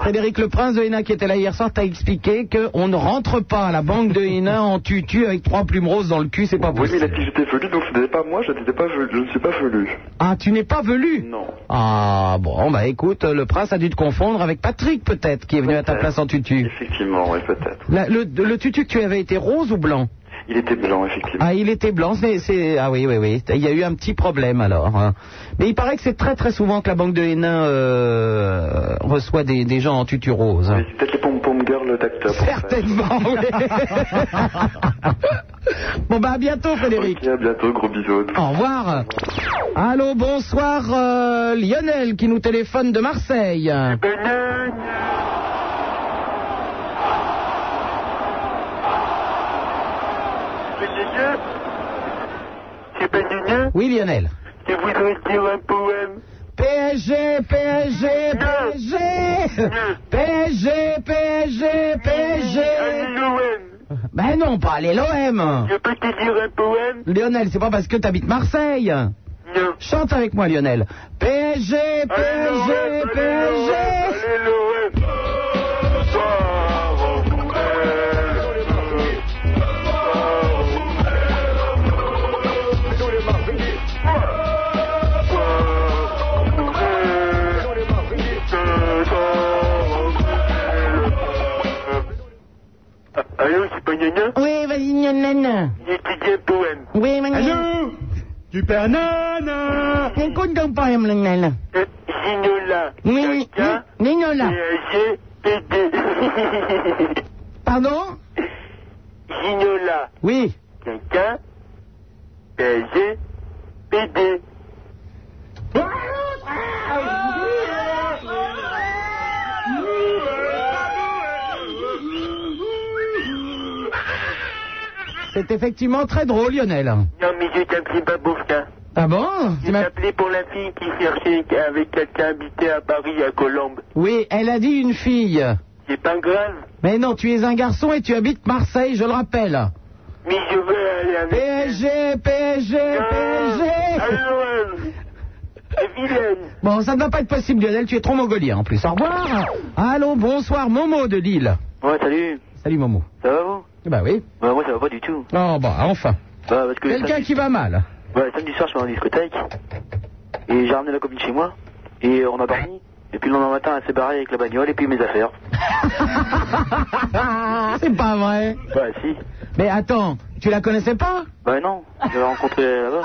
Speaker 2: Frédéric le Prince de Hénin qui était là hier soir t'a expliqué qu'on ne rentre pas à la banque de Hénin en tutu avec trois plumes roses dans le cul, c'est pas
Speaker 6: Oui,
Speaker 2: possible.
Speaker 6: mais il a dit que j'étais velu, donc ce n'était pas moi, je, n'étais pas velu- je ne suis pas velu.
Speaker 2: Ah, tu n'es pas velu
Speaker 6: Non.
Speaker 2: Ah, bon, bah écoute, le prince a dû te confondre avec Patrick peut-être, qui est venu à ta place en tutu.
Speaker 6: Effectivement, oui, peut-être.
Speaker 2: La- le, le tutu que tu avais été rose ou blanc
Speaker 6: Il était blanc, effectivement.
Speaker 2: Ah, il était blanc, c'est, c'est- Ah oui, oui, oui. Il y a eu un petit problème alors. hein. Mais il paraît que c'est très très souvent que la banque de Hénin euh, reçoit des, des gens en tutu rose. hein.
Speaker 6: Mais C'est peut-être les pom-pom girls d'acteur.
Speaker 2: Certainement, oui. bon, bah à bientôt, Frédéric.
Speaker 6: Ok, à bientôt, gros bisous.
Speaker 2: Au revoir. Allô, bonsoir, euh, Lionel qui nous téléphone de Marseille. Oui, Lionel.
Speaker 9: Je voudrais dire un poème.
Speaker 2: PSG, PSG, PSG, PSG, PSG, PSG. Ben non, pas les l'OM.
Speaker 9: Je peux te dire un poème
Speaker 2: Lionel, c'est pas parce que t'habites Marseille. Chante avec moi, Lionel. PSG, PSG, PSG.
Speaker 9: Allô, c'est pas Nana
Speaker 2: Oui, vas-y, nanana.
Speaker 9: hein.
Speaker 2: Oui, maman.
Speaker 9: Allô
Speaker 2: Du père nana. T'es content, pas, le nana.
Speaker 9: Hein, Gignola.
Speaker 2: Oui, Ninola. Pardon
Speaker 9: Gignola.
Speaker 2: Oui.
Speaker 9: Quelqu'un. PSG. PD.
Speaker 2: C'est effectivement très drôle, Lionel.
Speaker 9: Non, mais je t'appelais pas pour ça.
Speaker 2: Ah bon
Speaker 9: Je t'appelais pour la fille qui cherchait avec quelqu'un habité à Paris, à Colombes.
Speaker 2: Oui, elle a dit une fille.
Speaker 9: C'est pas grave,
Speaker 2: Mais non, tu es un garçon et tu habites Marseille, je le rappelle.
Speaker 9: mais je veux aller avec. Ah,
Speaker 2: PSG, PSG, PSG
Speaker 9: Allô, elle vilaine.
Speaker 2: Bon, ça ne va pas être possible, Lionel, tu es trop mongolien en plus. Au revoir. Allô, bonsoir, Momo de Lille.
Speaker 6: Ouais, salut.
Speaker 2: Salut, Momo.
Speaker 6: Ça va vous
Speaker 2: Eh ben oui.
Speaker 6: Bah, moi, ça va pas du tout.
Speaker 2: Oh, bah, enfin.
Speaker 6: Bah, parce que
Speaker 2: Quelqu'un
Speaker 6: samedi...
Speaker 2: qui va mal.
Speaker 6: Ouais, samedi soir, je suis allé en discothèque. Et j'ai ramené la copine chez moi. Et on a dormi. Et puis le lendemain matin, elle s'est barrée avec la bagnole et puis mes affaires.
Speaker 2: Ah, C'est pas vrai.
Speaker 6: Bah, si.
Speaker 2: Mais attends, tu la connaissais pas
Speaker 6: Bah, non. Je l'ai rencontrée là-bas.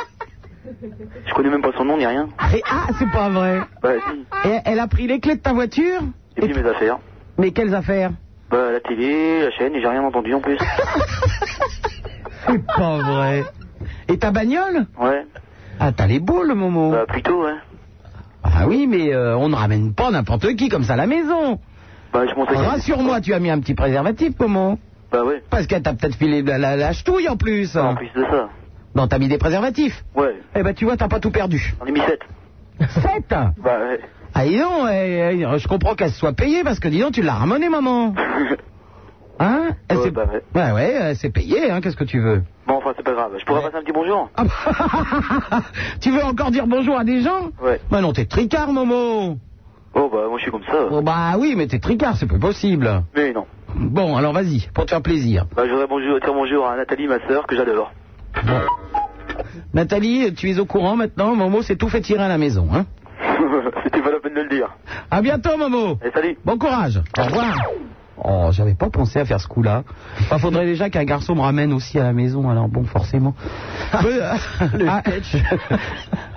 Speaker 6: Je connais même pas son nom ni rien.
Speaker 2: Et- Ah, c'est pas vrai.
Speaker 6: Bah, si.
Speaker 2: Et elle a pris les clés de ta voiture
Speaker 6: Et puis mes affaires.
Speaker 2: Mais quelles affaires
Speaker 6: Bah, la télé, la chaîne, et j'ai rien entendu en plus.
Speaker 2: C'est pas vrai. Et ta bagnole
Speaker 6: Ouais.
Speaker 2: Ah, t'as les boules, Momo.
Speaker 6: Bah, plutôt, ouais.
Speaker 2: Ah oui, mais euh, on ne ramène pas n'importe qui comme ça à la maison.
Speaker 6: Bah, je montais.
Speaker 2: Rassure-moi, tu as mis un petit préservatif, Momo.
Speaker 6: Bah, ouais.
Speaker 2: Parce qu'elle t'a peut-être filé la, la, la ch'touille en plus.
Speaker 6: En plus de ça.
Speaker 2: Non, t'as mis des préservatifs.
Speaker 6: Ouais.
Speaker 2: Eh ben, tu vois, t'as pas tout perdu.
Speaker 6: J'en ai mis 7.
Speaker 2: 7 Bah,
Speaker 6: ouais.
Speaker 2: Ah, dis donc, eh, eh, je comprends qu'elle se soit payée parce que, dis donc, tu l'as ramenée, maman. Hein Elle s'est- ouais. ouais, elle s'est payée, hein, qu'est-ce que tu veux
Speaker 6: Bon, enfin, c'est pas grave. Je pourrais passer un petit bonjour
Speaker 2: Ah bah, Tu veux encore dire bonjour à des gens
Speaker 6: Ouais.
Speaker 2: Bah non, t'es tricard, Momo.
Speaker 6: Oh, bah, moi, je suis comme ça.
Speaker 2: Oh, bah oui, mais t'es tricard, c'est pas possible.
Speaker 6: Mais non.
Speaker 2: Bon, alors vas-y, pour te faire plaisir.
Speaker 6: Bah, je voudrais bonjour, dire bonjour à Nathalie, ma sœur, que j'adore.
Speaker 2: Nathalie, tu es au courant maintenant, Momo s'est tout fait tirer à la maison. Hein
Speaker 6: C'était pas la peine de le dire. Eh,
Speaker 2: à bientôt, Momo.
Speaker 6: salut.
Speaker 2: Bon courage. Au revoir. Oh, j'avais pas pensé à faire ce coup-là. Enfin, faudrait déjà qu'un garçon me ramène aussi à la maison, alors bon, forcément. Ah, Le sketch.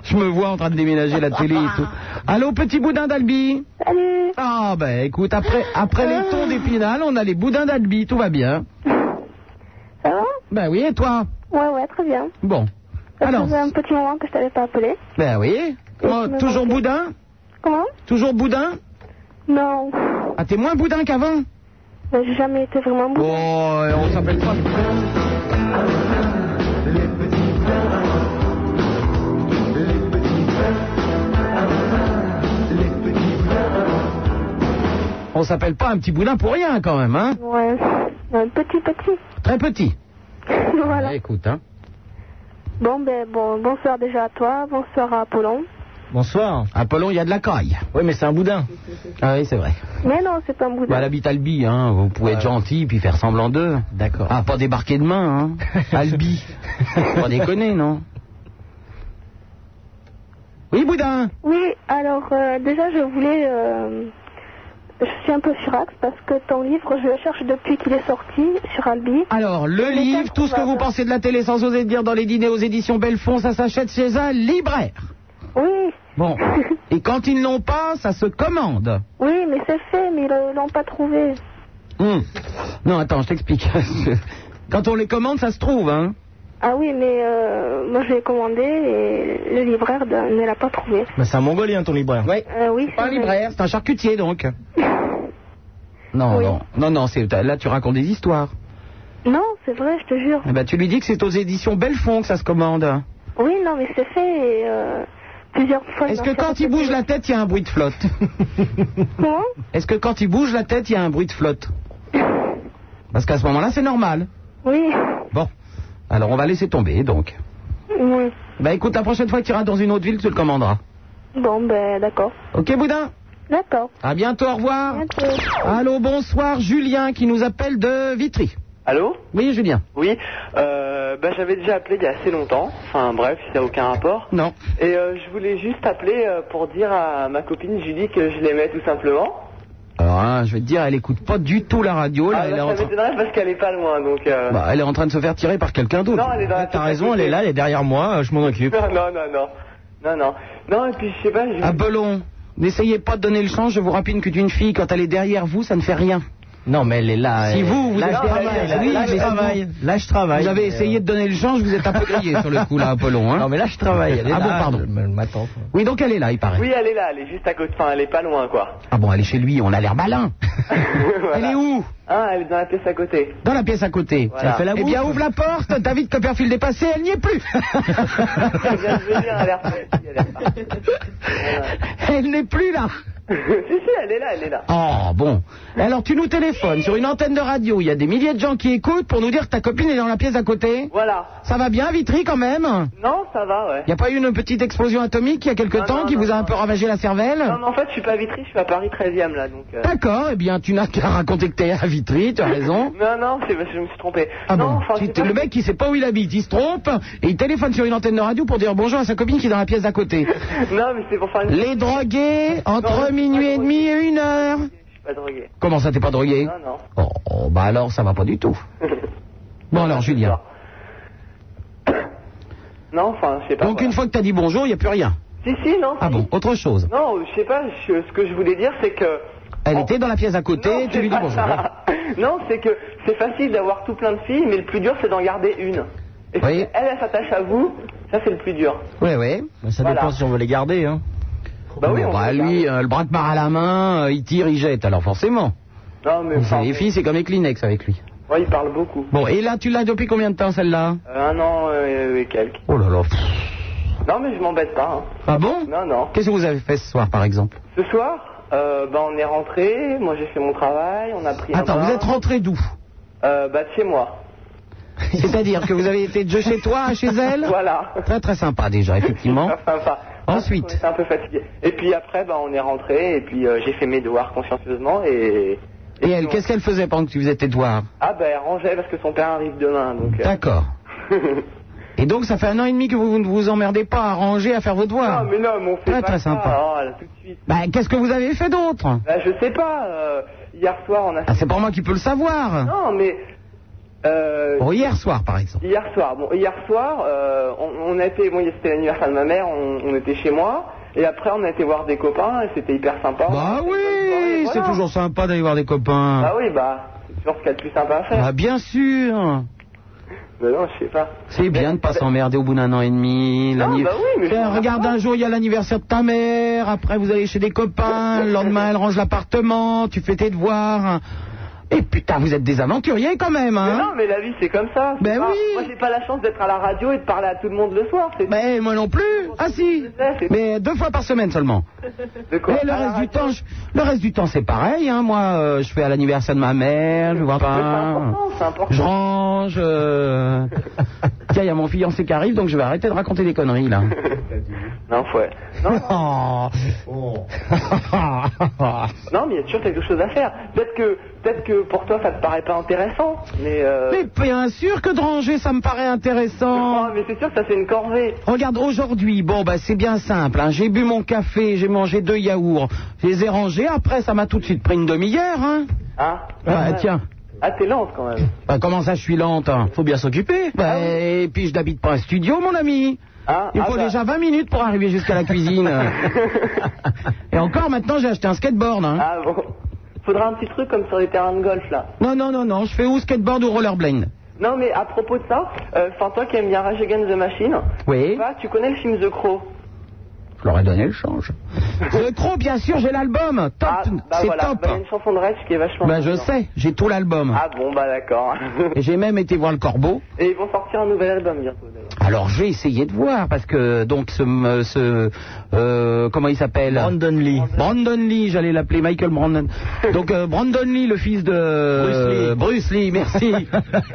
Speaker 2: Je me vois en train de déménager la télé et tout. Allô, petit boudin d'Albi Salut Ah, ben écoute, après, après les tons d'épinal, on a les boudins d'Albi, tout va bien.
Speaker 8: Ça va
Speaker 2: Ben oui, et toi
Speaker 8: Ouais, ouais, très bien.
Speaker 2: Bon.
Speaker 8: Ça
Speaker 2: Alors.
Speaker 8: faisait un petit moment que je t'avais pas appelé.
Speaker 2: Ben oui. Comment-
Speaker 8: tu me
Speaker 2: toujours
Speaker 8: manquais.
Speaker 2: boudin
Speaker 8: Comment
Speaker 2: Toujours boudin
Speaker 8: Non.
Speaker 2: Ah, t'es moins boudin qu'avant
Speaker 8: Ben, J'ai jamais été vraiment bon.
Speaker 2: Oh, et on s'appelle pas. On s'appelle pas un petit boudin pour rien quand même, hein
Speaker 8: Ouais. Un petit, petit.
Speaker 2: Très petit.
Speaker 8: voilà.
Speaker 2: Ouais, écoute, hein.
Speaker 8: Bon, ben, bon, bonsoir déjà à toi. Bonsoir à Apollon.
Speaker 2: Bonsoir. Apollon, il y a de la caille. Oui, mais c'est un boudin. Ah oui, c'est vrai.
Speaker 8: Mais non, c'est pas un boudin.
Speaker 2: Bah, elle habite Albi, hein. Vous pouvez être gentil puis faire semblant d'eux. D'accord. Ah, pas débarquer demain, hein. Albi. Faut pas déconner, non Oui, boudin.
Speaker 8: Oui, alors, euh, déjà, je voulais. euh, je suis un peu furax parce que ton livre, je le cherche depuis qu'il est sorti sur Albi.
Speaker 2: Alors, le livre, tout ce que vous pensez de la télé sans oser dire dans les dîners aux éditions Belfond, ça s'achète chez un libraire.
Speaker 8: Oui.
Speaker 2: Bon. Et quand ils n'ont pas, ça se commande.
Speaker 8: Oui, mais c'est fait, mais ils euh, l'ont pas trouvé.
Speaker 13: Hmm.
Speaker 2: Hum. Non, attends, je t'explique. quand on les commande, ça se trouve, hein.
Speaker 8: Ah oui, mais euh, moi je l'ai commandé et le libraire de- ne l'a pas trouvé.
Speaker 13: Bah, c'est un mongolien, ton libraire.
Speaker 2: Ouais.
Speaker 8: Euh, oui,
Speaker 2: Pas un
Speaker 8: c'est
Speaker 2: libraire, c'est un charcutier donc. Non, non, non, non, c'est- là tu racontes des histoires.
Speaker 8: Non, c'est vrai, je te jure.
Speaker 2: Eh ben, tu lui dis que c'est aux éditions Belfond que ça se commande.
Speaker 8: Oui, non, mais c'est fait et euh, plusieurs fois.
Speaker 2: Est-ce que quand il bouge la tête, il y a un bruit de flotte
Speaker 8: Comment
Speaker 2: Est-ce que quand il bouge la tête, il y a un bruit de flotte Parce qu'à ce moment-là, c'est normal.
Speaker 8: Oui,
Speaker 2: Bon, alors on va laisser tomber donc.
Speaker 8: oui.
Speaker 2: Bah écoute, la prochaine fois que tu iras dans une autre ville, tu le commanderas.
Speaker 8: Bon, ben d'accord.
Speaker 2: Ok, Boudin
Speaker 8: D'accord.
Speaker 2: À bientôt, au revoir.
Speaker 8: bientôt.
Speaker 2: Allô, bonsoir, Julien qui nous appelle de Vitry.
Speaker 14: Allô
Speaker 2: Oui, Julien.
Speaker 14: Oui, euh, bah, j'avais déjà appelé il y a assez longtemps, enfin bref, il n'y a aucun rapport.
Speaker 2: Non.
Speaker 14: Et euh, je voulais juste appeler euh, pour dire à ma copine Julie que je l'aimais tout simplement.
Speaker 2: Alors, hein, je vais te dire, elle écoute pas du tout la radio. Là,
Speaker 9: Ah,
Speaker 2: elle, est
Speaker 9: bah,
Speaker 2: en
Speaker 9: ça
Speaker 2: train...
Speaker 9: m'étonnerait parce qu'elle est pas loin, donc. euh,
Speaker 2: bah, elle est en train de se faire tirer par quelqu'un d'autre.
Speaker 9: Non, elle est dans la
Speaker 2: T'as raison, elle est là, elle est derrière moi, je m'en occupe.
Speaker 9: Non, non, non, non. Non, non. Non, et puis je sais pas, je-
Speaker 2: À Belon, n'essayez pas de donner le change, je vous rappelle que d'une fille, quand elle est derrière vous, ça ne fait rien.
Speaker 3: Non, mais elle est là.
Speaker 2: Si
Speaker 3: elle-
Speaker 2: vous, vous
Speaker 3: là,
Speaker 2: êtes
Speaker 3: je
Speaker 2: pas
Speaker 3: travaille,
Speaker 2: mal.
Speaker 3: là,
Speaker 2: Oui,
Speaker 3: là, je
Speaker 2: mais
Speaker 3: travaille.
Speaker 2: vous-
Speaker 3: Là, je travaille.
Speaker 2: Vous avez
Speaker 3: Ah Mais,
Speaker 2: essayé de donner le change, vous êtes un peu grillé sur le coup là, Apollon. Hein
Speaker 3: Non, mais là, je travaille. Elle est
Speaker 2: ah
Speaker 3: là,
Speaker 2: bon, pardon.
Speaker 3: je- Elle m'attend.
Speaker 2: Oui, donc elle est là, il paraît.
Speaker 9: Oui, elle est là, elle est juste à côté. Enfin, elle est pas loin, quoi.
Speaker 2: Ah bon, elle est chez lui, on a l'air malin. Elle est où
Speaker 9: Ah, elle est dans la pièce à côté.
Speaker 2: Dans la pièce à côté.
Speaker 9: Voilà.
Speaker 2: Ça fait la
Speaker 9: Eh
Speaker 2: bouffe.
Speaker 9: bien, ouvre
Speaker 2: la porte, David Copperfield est passé, elle n'y est plus.
Speaker 9: Elle vient de venir, elle est repartie, elle est repartie.
Speaker 2: elle n'est plus là.
Speaker 9: si, si, elle est là, elle est là.
Speaker 2: Oh, bon. Alors, tu nous téléphones sur une antenne de radio. Il y a des milliers de gens qui écoutent pour nous dire que ta copine est dans la pièce d'à côté.
Speaker 9: Voilà.
Speaker 2: Ça va bien, Vitry, quand même
Speaker 9: Non, ça va, ouais.
Speaker 2: Il n'y a pas eu une petite explosion atomique il y a quelque
Speaker 9: Non,
Speaker 2: temps
Speaker 9: Ah non,
Speaker 2: qui
Speaker 9: non,
Speaker 2: vous a un
Speaker 9: non.
Speaker 2: peu ravagé la cervelle
Speaker 9: Non, mais en fait, je suis pas à Vitry, je suis à Paris 13 e là, donc. euh,
Speaker 2: D'accord, eh bien, tu n'as qu'à raconter que t'es à Vitry, tu as raison.
Speaker 9: Non, non, c'est parce que je me suis trompé.
Speaker 2: Ah
Speaker 9: non,
Speaker 2: bon
Speaker 9: enfin,
Speaker 2: Si
Speaker 9: c'est
Speaker 2: t-
Speaker 9: pas-
Speaker 2: Le mec, il sait pas où il habite, il se trompe, et il téléphone sur une antenne de radio pour dire bonjour à sa copine qui est dans la pièce d'à côté.
Speaker 9: Non, mais c'est pour faire une.
Speaker 2: Les drogués, entre minuit et demi et une heure.
Speaker 9: Je suis pas drogué.
Speaker 2: Comment ça, t'es pas drogué
Speaker 9: Non, non.
Speaker 2: Oh, oh, bah alors, ça va pas du tout. Bon alors, Julien.
Speaker 9: Non, enfin, je sais pas.
Speaker 2: Donc une fois que t'as dit bonjour, il n'y a plus rien.
Speaker 9: Si, si, non.
Speaker 2: Ah bon, autre chose.
Speaker 9: Non, je sais pas, je- ce que je voulais dire, c'est que.
Speaker 2: Elle était dans la pièce à côté,
Speaker 9: Non,
Speaker 2: tu
Speaker 9: c'est
Speaker 2: lui dis
Speaker 9: pas
Speaker 2: bonjour.
Speaker 9: ça. Non, c'est que c'est facile d'avoir tout plein de filles, mais le plus dur, c'est d'en garder une. Et si elle, elle s'attache à vous, ça, c'est le plus dur.
Speaker 2: Ouais, ouais.
Speaker 3: Ça
Speaker 9: Voilà.
Speaker 3: dépend si on veut les garder. Hein.
Speaker 9: Bah oui,
Speaker 2: Bon,
Speaker 9: on
Speaker 2: bah,
Speaker 9: regarde.
Speaker 2: lui, euh, le bras de barre à la main, euh, il tire, il jette, alors forcément.
Speaker 9: Non, mais
Speaker 2: Vous
Speaker 9: enfin,
Speaker 2: savez, les filles, c'est comme les Kleenex avec lui.
Speaker 9: ouais, il parle beaucoup.
Speaker 2: Bon, et là, tu l'as depuis combien de temps, celle-là
Speaker 9: Euh, un an euh, et quelques.
Speaker 2: Oh là là. pff.
Speaker 9: Non, mais je m'embête pas. hein.
Speaker 2: Ah bon
Speaker 9: Non, non.
Speaker 2: Qu'est-ce que vous avez fait ce soir, par exemple
Speaker 9: Ce soir, euh, bah, on est rentré, moi j'ai fait mon travail, on a pris un
Speaker 2: Attends,
Speaker 9: bain.
Speaker 2: vous êtes rentré d'où
Speaker 9: Euh, bah, de chez moi.
Speaker 2: C'est-à-dire que vous avez été de chez toi à chez elle
Speaker 9: Voilà.
Speaker 2: Très très sympa déjà, effectivement.
Speaker 9: Sympa.
Speaker 2: Ensuite.
Speaker 9: On était un peu fatigué. Et puis après, bah, on est rentré, et puis euh, j'ai fait mes devoirs consciencieusement, et...
Speaker 2: Et elle, qu'est-ce qu'elle faisait pendant que tu faisais tes devoirs
Speaker 9: Ah, bah, elle rangeait parce que son père arrive demain, donc... euh.
Speaker 2: D'accord. Et donc, ça fait un an et demi que vous ne vous emmerdez pas à ranger, à faire vos devoirs.
Speaker 9: non, mais non, mais on fait
Speaker 2: Très, Ah,
Speaker 9: pas
Speaker 2: très
Speaker 9: ça.
Speaker 2: sympa.
Speaker 9: Oh, là, tout de suite.
Speaker 2: Bah, qu'est-ce que vous avez fait d'autre
Speaker 9: Bah, je sais pas, euh, hier soir, on a...
Speaker 2: Ah, C'est pas moi qui peux le savoir.
Speaker 9: Non, mais... Euh,
Speaker 2: Bon, hier soir, par exemple.
Speaker 9: Hier soir, bon, hier soir, euh, on, on a été, bon, c'était l'anniversaire de ma mère, on, on était chez moi, et après on a été voir des copains, et c'était hyper sympa.
Speaker 2: Bah oui,
Speaker 9: Voilà.
Speaker 2: c'est toujours sympa d'aller voir des copains.
Speaker 9: Bah oui, bah, c'est toujours ce qu'il y a de plus sympa à faire.
Speaker 2: Bah, bien sûr.
Speaker 9: Mais Ben non, je sais pas.
Speaker 2: C'est bien de pas s'emmerder au bout d'un an et demi.
Speaker 9: Non,
Speaker 2: l'anniv-
Speaker 9: bah oui, mais je
Speaker 2: Tiens,
Speaker 9: comprends
Speaker 2: regarde, un jour, il y a l'anniversaire de ta mère. Après, vous allez chez des copains. Le lendemain, elle range l'appartement. Tu fais tes devoirs. Et putain, vous êtes des aventuriers quand même,
Speaker 9: Mais
Speaker 2: hein
Speaker 9: non, mais la vie c'est comme ça. c'est
Speaker 2: Ben
Speaker 9: pas-
Speaker 2: oui. Ben
Speaker 9: Moi j'ai pas la chance d'être à la radio et de parler à tout le monde le soir. C'est
Speaker 2: Mais moi non plus. Ah si. Mais deux fois par semaine seulement.
Speaker 9: de quoi Ah,
Speaker 2: Et le
Speaker 9: À la
Speaker 2: reste du
Speaker 9: radio.
Speaker 2: temps, je- le reste du temps c'est pareil. Hein. Moi, euh, je fais à l'anniversaire de ma mère, je vois
Speaker 9: Mais
Speaker 2: pas.
Speaker 9: C'est important, c'est important.
Speaker 2: Je range. euh, Tiens, il y a mon fiancé qui arrive, donc je vais arrêter de raconter des conneries là.
Speaker 9: Non, ouais. Non,
Speaker 2: Oh.
Speaker 9: non, mais il y a toujours quelque chose à faire. Peut-être que, peut-être que pour toi ça te paraît pas intéressant, mais. Euh...
Speaker 2: Mais bien sûr que de ranger, ça me paraît intéressant.
Speaker 9: Ah, mais c'est sûr que ça c'est une corvée.
Speaker 2: Regarde, aujourd'hui, bon, bah, c'est bien simple. hein. J'ai bu mon café, j'ai mangé deux yaourts, je les ai rangés. Après, ça m'a tout de suite pris une demi-heure. Hein.
Speaker 9: Hein
Speaker 2: Bah, tiens.
Speaker 9: Ah, t'es lente quand même.
Speaker 2: Bah, comment ça, je suis lente hein Faut bien s'occuper. Bah, Et puis, je n'habite pas un studio, mon ami.
Speaker 9: Hein
Speaker 2: Il
Speaker 9: Ah,
Speaker 2: faut
Speaker 9: bah.
Speaker 2: déjà 20 minutes pour arriver jusqu'à la cuisine. Et encore, maintenant, j'ai acheté un skateboard. hein.
Speaker 9: Ah bon Faudra un petit truc comme sur les terrains de golf là.
Speaker 2: Non, non, non, non, je fais ou skateboard ou rollerblade.
Speaker 9: Non, mais à propos de ça, euh, enfin, toi qui aimes bien Rage Against the Machine,
Speaker 2: Oui.
Speaker 9: bah, tu connais le film The Crow
Speaker 2: Je leur ai donné le change. Le croc, bien sûr, j'ai l'album. Top,
Speaker 9: Ah, bah
Speaker 2: c'est
Speaker 9: voilà,
Speaker 2: top.
Speaker 9: Bah, il y a une chanson de Rage qui est vachement.
Speaker 2: Bah, je
Speaker 9: bien.
Speaker 2: sais, j'ai tout l'album.
Speaker 9: Ah bon, bah d'accord.
Speaker 2: Et j'ai même été voir le corbeau.
Speaker 9: Et ils vont sortir un nouvel album bientôt d'ailleurs.
Speaker 2: Alors j'ai essayé de voir parce que donc ce, m- ce euh, comment il s'appelle
Speaker 3: Brandon Lee.
Speaker 2: Brandon Lee, j'allais l'appeler Michael Brandon. Donc euh, Brandon Lee, le fils de euh, Bruce Lee, merci.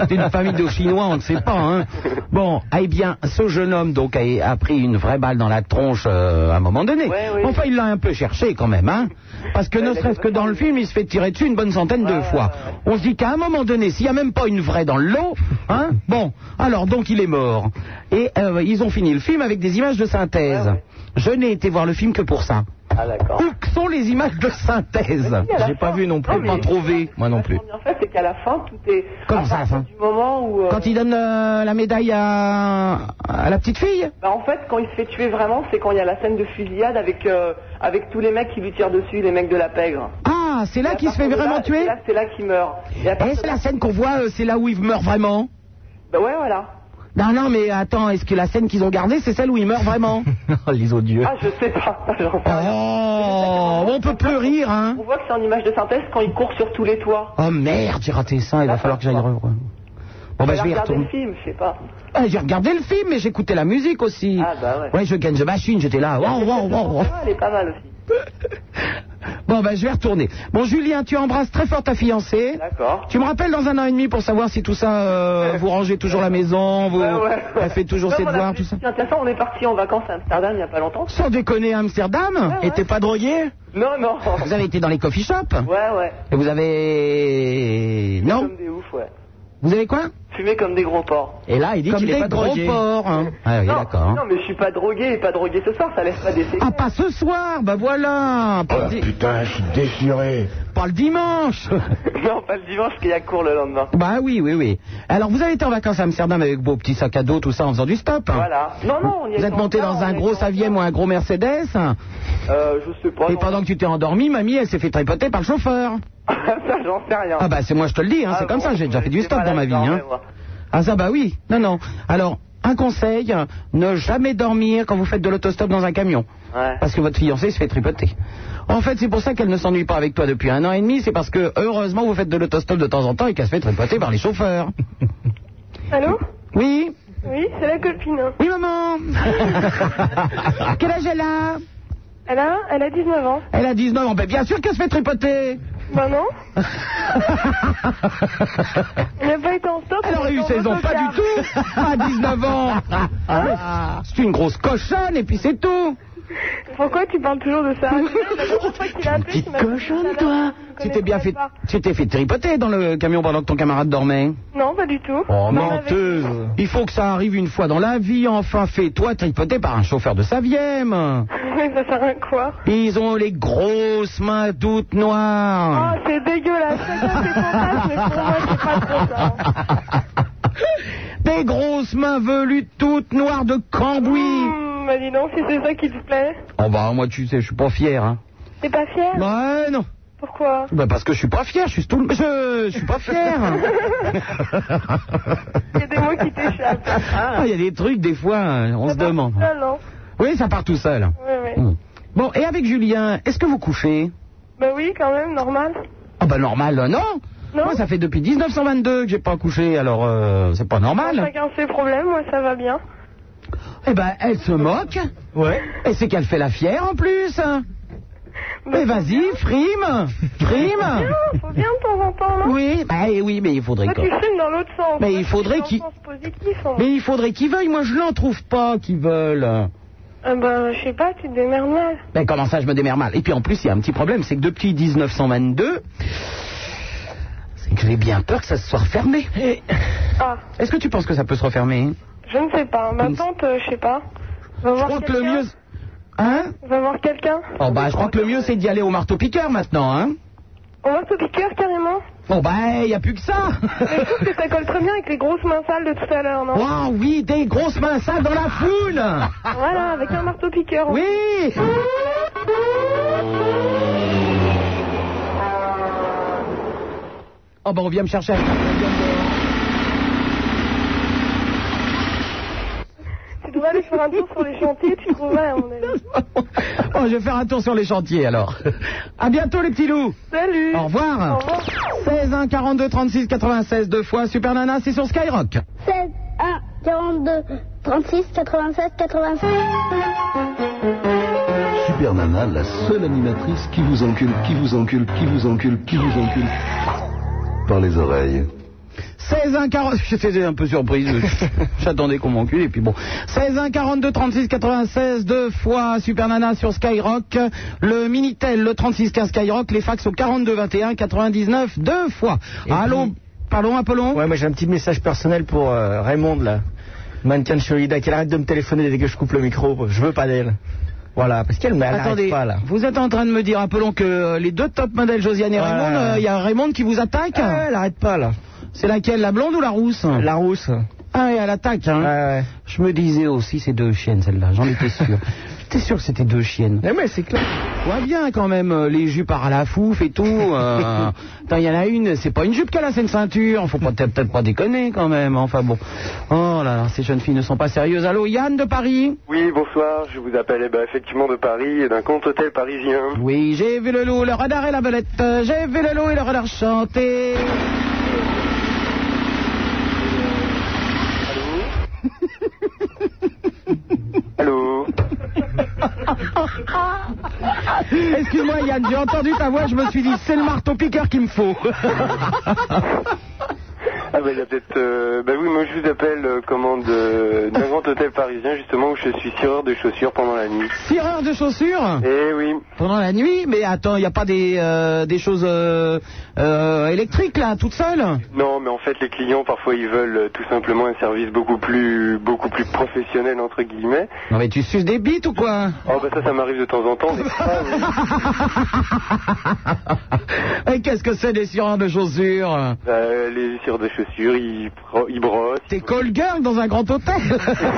Speaker 2: C'est une famille de Chinois, on ne sait pas. Hein. Bon, eh bien, ce jeune homme donc a, a pris une vraie balle dans la tronche euh, à un moment donné.
Speaker 9: Ouais, oui.
Speaker 2: Enfin, il l'a un peu cherché quand même, hein. Parce que ne serait-ce que dans le film, il se fait tirer dessus une bonne centaine de fois. On se dit qu'à un moment donné, s'il n'y a même pas une vraie dans le lot, hein, bon, alors donc il est mort. Et euh, ils ont fini le film avec des images de synthèse. Je n'ai été voir le film que pour ça.
Speaker 15: Ah, d'accord.
Speaker 2: Où que sont les images de synthèse
Speaker 9: à la
Speaker 3: J'ai pas vu non
Speaker 9: Non,
Speaker 3: plus.
Speaker 9: mais- Pas trouvé.
Speaker 3: Moi non plus.
Speaker 9: En fait, c'est qu'à la fin, tout est.
Speaker 2: Comment ça, à la fin
Speaker 9: Du moment où. euh,
Speaker 2: Quand il donne euh, la médaille à, à la petite fille
Speaker 9: Bah, en fait, quand il se fait tuer vraiment, c'est quand il y a la scène de fusillade avec, euh, avec tous les mecs qui lui tirent dessus, les mecs de la pègre.
Speaker 2: Ah, c'est là qu'il se fait vraiment tuer
Speaker 9: Là, c'est là qu'il meurt. Et à
Speaker 2: Et
Speaker 9: partir
Speaker 2: c'est
Speaker 9: de
Speaker 2: la scène qu'on voit, euh, c'est là où il meurt vraiment
Speaker 9: Bah ouais, voilà.
Speaker 2: Non, non, mais attends, est-ce que la scène qu'ils ont gardée, c'est celle où il meurt vraiment
Speaker 3: Oh, les odieux.
Speaker 9: Ah, je sais pas. J'en
Speaker 2: Ah
Speaker 9: sais rien.
Speaker 2: Oh, on peut plus rire, hein
Speaker 9: On voit que c'est en image de synthèse quand il court sur tous les toits.
Speaker 2: Oh merde, j'ai raté ça, il va falloir que j'aille re... Bon bah je vais y
Speaker 9: regarder
Speaker 2: retourner.
Speaker 9: le film, je sais pas.
Speaker 2: Ah, j'ai regardé le film, mais j'écoutais la musique aussi.
Speaker 9: Ah, bah ouais.
Speaker 2: Ouais, je gagne the machine, j'étais là. Wow, wow, wow, wow.
Speaker 9: Ah, elle est pas mal aussi.
Speaker 2: Bon bah je vais retourner. Bon Julien, tu embrasses très fort ta fiancée.
Speaker 9: D'accord.
Speaker 2: Tu me rappelles dans un an et demi pour savoir si tout ça, euh, vous rangez toujours la maison, vous
Speaker 9: Ouais, Ah ouais, ouais.
Speaker 2: Euh, elle fait toujours
Speaker 9: Non,
Speaker 2: ses
Speaker 9: on a
Speaker 2: devoirs,
Speaker 9: fait
Speaker 2: tout ça.
Speaker 9: Tiens, tiens, ça, on est parti en vacances à Amsterdam il y a pas longtemps.
Speaker 2: Sans déconner à Amsterdam Et t'es pas drogué
Speaker 9: Non, non.
Speaker 2: Vous avez été dans les coffee shops
Speaker 9: Ouais, ouais.
Speaker 2: Et vous avez... Non
Speaker 9: Comme des oufs, ouais.
Speaker 2: Vous avez quoi
Speaker 9: Fumé comme des gros porcs.
Speaker 3: Et là, il dit
Speaker 2: Comme
Speaker 3: qu'il est
Speaker 2: des
Speaker 3: pas
Speaker 2: gros
Speaker 3: drogué.
Speaker 2: porcs. hein. Ouais, ouais,
Speaker 9: Non,
Speaker 2: d'accord. hein.
Speaker 9: Non, mais je suis pas drogué et pas drogué ce soir, ça laisse pas des séquelles.
Speaker 2: Ah, pas ce soir, bah voilà Pas, le, di-
Speaker 16: Oh, putain, je suis déchiré.
Speaker 2: pas le dimanche
Speaker 9: Non, pas le dimanche, parce qu'il y a cours le lendemain.
Speaker 2: Bah oui, oui, oui. Alors, vous avez été en vacances à Amsterdam avec vos petits sacs à dos, tout ça, en faisant du stop hein.
Speaker 9: Voilà. Non, non, on y
Speaker 2: Vous
Speaker 9: est
Speaker 2: êtes monté
Speaker 9: encore,
Speaker 2: dans
Speaker 9: on
Speaker 2: un
Speaker 9: est
Speaker 2: gros Saviem ou un gros Mercedes hein.
Speaker 9: Euh, je sais pas.
Speaker 2: Et
Speaker 9: non.
Speaker 2: pendant que tu t'es endormi, mamie, elle s'est fait tripoter par le chauffeur.
Speaker 9: ça, j'en sais rien.
Speaker 2: Ah bah, c'est moi, je te le dis, hein, c'est comme ça, j'ai déjà fait du stop dans ma vie. Hein. Ah ça bah oui, non non. Alors un conseil, ne jamais dormir quand vous faites de l'autostop dans un camion.
Speaker 9: Ouais.
Speaker 2: Parce que votre fiancée se fait tripoter. En fait, c'est pour ça qu'elle ne s'ennuie pas avec toi depuis un an et demi, c'est parce que heureusement vous faites de l'autostop de temps en temps et qu'elle se fait tripoter par les chauffeurs.
Speaker 17: Allô
Speaker 2: Oui
Speaker 17: Oui, c'est la copine. hein.
Speaker 2: Oui, maman Quel âge elle a
Speaker 17: Elle a, elle a 19 ans.
Speaker 2: Elle a 19 ans, ben bien sûr qu'elle se fait tripoter
Speaker 17: Ben non. Elle n'a pas été en stop.
Speaker 2: Elle aurait eu 16 ans, pas du tout À 19 ans
Speaker 17: Hein
Speaker 2: Mais C'est une grosse cochonne et puis c'est tout
Speaker 17: Pourquoi tu parles toujours de ça Petite cochonne, toi
Speaker 2: Tu t'es bien fait, tu t'es fait tripoter dans le camion pendant que ton camarade dormait.
Speaker 17: Non, pas du tout.
Speaker 2: Oh,
Speaker 17: Non, mais
Speaker 2: menteuse Il faut que ça arrive une fois dans la vie, enfin fais-toi tripoter par un chauffeur de Savième
Speaker 17: avec- Ça sert à quoi
Speaker 2: Ils ont les grosses mains toutes
Speaker 17: Oh,
Speaker 2: noires
Speaker 17: c'est dégueulasse. Chacun ses fantasmes, mais pour moi, c'est pas trop Oh, ça.
Speaker 2: Des grosses mains velues toutes noires de cambouis
Speaker 17: Hum, bah dis donc, si c'est ça qui te plaît.
Speaker 2: Oh bah moi tu sais, je suis pas fier hein.
Speaker 17: T'es pas fière
Speaker 2: Bah non
Speaker 17: Pourquoi
Speaker 2: Bah parce que je suis pas fier, je suis tout le... Je, je suis pas fier
Speaker 17: Il y a des mots qui t'échappent.
Speaker 2: Ah, il y a des trucs des fois, hein, on se demande.
Speaker 17: Non, non.
Speaker 2: Oui, ça part tout seul.
Speaker 17: Ouais, ouais.
Speaker 2: Mm. Bon, et avec Julien, est-ce que vous couchez
Speaker 17: Bah oui, quand même, normal.
Speaker 2: Ah bah normal, euh, non Moi, ça fait depuis 1922 que j'ai pas couché, alors euh, c'est pas normal.
Speaker 17: Chacun ses problèmes, moi ça va bien.
Speaker 2: Eh ben, elle se moque. Ouais. Et c'est qu'elle fait la fière en plus. Mais vas-y, frime, frime.
Speaker 17: Bien, Ah, faut bien de temps en temps, non
Speaker 2: Oui, bah eh oui, mais il faudrait
Speaker 17: Toi,
Speaker 2: que...
Speaker 17: tu filmes dans l'autre sens.
Speaker 2: Mais
Speaker 17: Moi,
Speaker 2: il
Speaker 17: je
Speaker 2: faudrait
Speaker 17: filme
Speaker 2: qu'il-
Speaker 17: Dans le sens positif, hein.
Speaker 2: Mais il faudrait qu'ils veuillent, moi je l'en trouve pas qu'ils veulent.
Speaker 17: Ah bah, je sais pas, tu te démerdes mal.
Speaker 2: Ben comment ça, je me démerde mal Et puis en plus, il y a un petit problème, c'est que depuis 1922, c'est que j'ai bien peur que ça se soit refermé.
Speaker 17: Ah,
Speaker 2: Est-ce que tu penses que ça peut se refermer
Speaker 17: je ne sais pas. Ma tante, euh, je sais pas. Va
Speaker 2: Je
Speaker 17: voir
Speaker 2: crois que Oh, le
Speaker 17: quelqu'un.
Speaker 2: mieux... Hein
Speaker 17: Va voir quelqu'un.
Speaker 2: Oh bah je crois que le mieux c'est d'y aller au marteau piqueur maintenant, hein
Speaker 17: On va au piqueur carrément.
Speaker 2: Bon bah y a plus que ça
Speaker 17: Mais je trouve que ça colle très bien avec les grosses mains sales de tout à l'heure, non
Speaker 2: Oh oui, des grosses mains sales dans la foule
Speaker 17: Voilà, avec un marteau piqueur.
Speaker 2: Ah. Oui Oh bah on vient me chercher avec
Speaker 17: Tu dois aller faire un tour sur les chantiers, tu trouveras, à mon avis.
Speaker 2: un- Oh je vais faire un tour sur les chantiers alors. À bientôt les petits loups
Speaker 17: Salut
Speaker 2: Au revoir. 16 1 42 36 96 deux fois Super Nana c'est sur Skyrock.
Speaker 4: 16, 1, 42, 36, 96, 85.
Speaker 1: Super Nana, la seule animatrice qui vous encule, qui vous encule, qui vous encule, qui vous encule. Par les oreilles.
Speaker 2: 16 1 40 j'étais un peu surprise j'attendais qu'on m'encule et puis bon 16 1 42 36 96 deux fois Super Nana sur Skyrock le Minitel le 36 15 Skyrock les fax au 42 21 99 deux fois allons parlons Apollon
Speaker 3: Ouais, moi j'ai un petit message personnel pour euh, Raymond là. Mantian Cholida, qu'elle arrête de me téléphoner dès que je coupe le micro. Je veux pas d'elle. Voilà, parce qu'elle elle n'arrête
Speaker 2: Attendez,
Speaker 3: pas là.
Speaker 2: vous êtes en train de me dire, rappelons que euh, les deux top modèles, Josiane et
Speaker 3: Voilà.
Speaker 2: Raymond, euh, il y a Raymond qui vous attaque Ah, Elle
Speaker 3: n'arrête pas là.
Speaker 2: C'est laquelle, la blonde ou la rousse
Speaker 3: La rousse.
Speaker 2: Ah, et elle attaque, hein Je me disais aussi, c'est deux chiennes, celle-là, j'en étais sûr. J'étais sûr que c'était deux chiennes.
Speaker 3: Mais, c'est clair.
Speaker 2: Ouais, bien quand même, euh, les jupes à la fouf et tout. euh, Attends, il y en a une, c'est pas une jupe qu'elle a, c'est une ceinture. Faut pas- peut-être pas déconner quand même, enfin bon. Oh là là, ces jeunes filles ne sont pas sérieuses. Allô, Yann de Paris
Speaker 9: Oui, bonsoir, je vous appelle eh ben, effectivement de Paris et d'un compte hôtel parisien.
Speaker 2: Oui, j'ai vu le loup, le radar et la belette. J'ai vu le loup et le radar chanter.
Speaker 9: Allô
Speaker 2: Excuse-moi, Yann, j'ai entendu ta voix, je me suis dit, c'est le marteau-piqueur qu'il me faut.
Speaker 9: Ah bah, il y a peut-être... euh, bah oui, moi je vous appelle euh, comment de- d'un grand hôtel parisien justement où je suis tireur de chaussures pendant la nuit.
Speaker 2: Tireur de chaussures
Speaker 9: Eh oui.
Speaker 2: Pendant la nuit Mais attends, il n'y a pas des, euh, des choses euh, euh, électriques là, toutes seules
Speaker 9: Non, mais en fait, les clients, parfois, ils veulent euh, tout simplement un service beaucoup plus, beaucoup plus professionnel, entre guillemets.
Speaker 2: Non mais tu suces des bites ou quoi
Speaker 9: Oh, bah ça, ça m'arrive de temps en temps. mais-
Speaker 2: Et qu'est-ce que c'est des tireurs de chaussures
Speaker 9: Bah, les tireurs de chaussures, ils, pro- ils brossent.
Speaker 2: T'es call girl dans un grand hôtel
Speaker 9: Ah,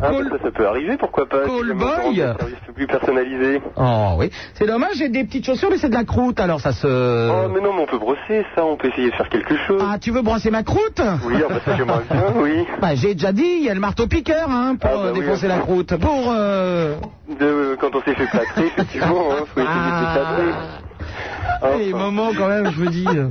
Speaker 9: bah, ça, ça peut arriver, pourquoi pas
Speaker 2: Call
Speaker 9: Finalement, ça rend
Speaker 2: boy
Speaker 9: Un service plus personnalisé.
Speaker 2: Oh oui, c'est dommage, j'ai des petites chaussures mais c'est de la croûte alors ça se...
Speaker 9: Oh, mais non, mais on peut brosser ça, on peut essayer de faire quelque chose.
Speaker 2: Euh. Ah, tu veux brasser ma croûte
Speaker 9: Oui, ah, bah, ça, j'aimerais bien, oui.
Speaker 2: Bah, j'ai déjà dit, il y a le marteau-piqueur hein, pour
Speaker 9: Ah, bah
Speaker 2: euh,
Speaker 9: oui,
Speaker 2: défoncer
Speaker 9: hein.
Speaker 2: la croûte. Pour... euh,
Speaker 9: De, euh, quand on s'est fait plâtrer, effectivement, hein, faut essayer de se plâtrer.
Speaker 2: Hey, moment quand même, je me dis. euh.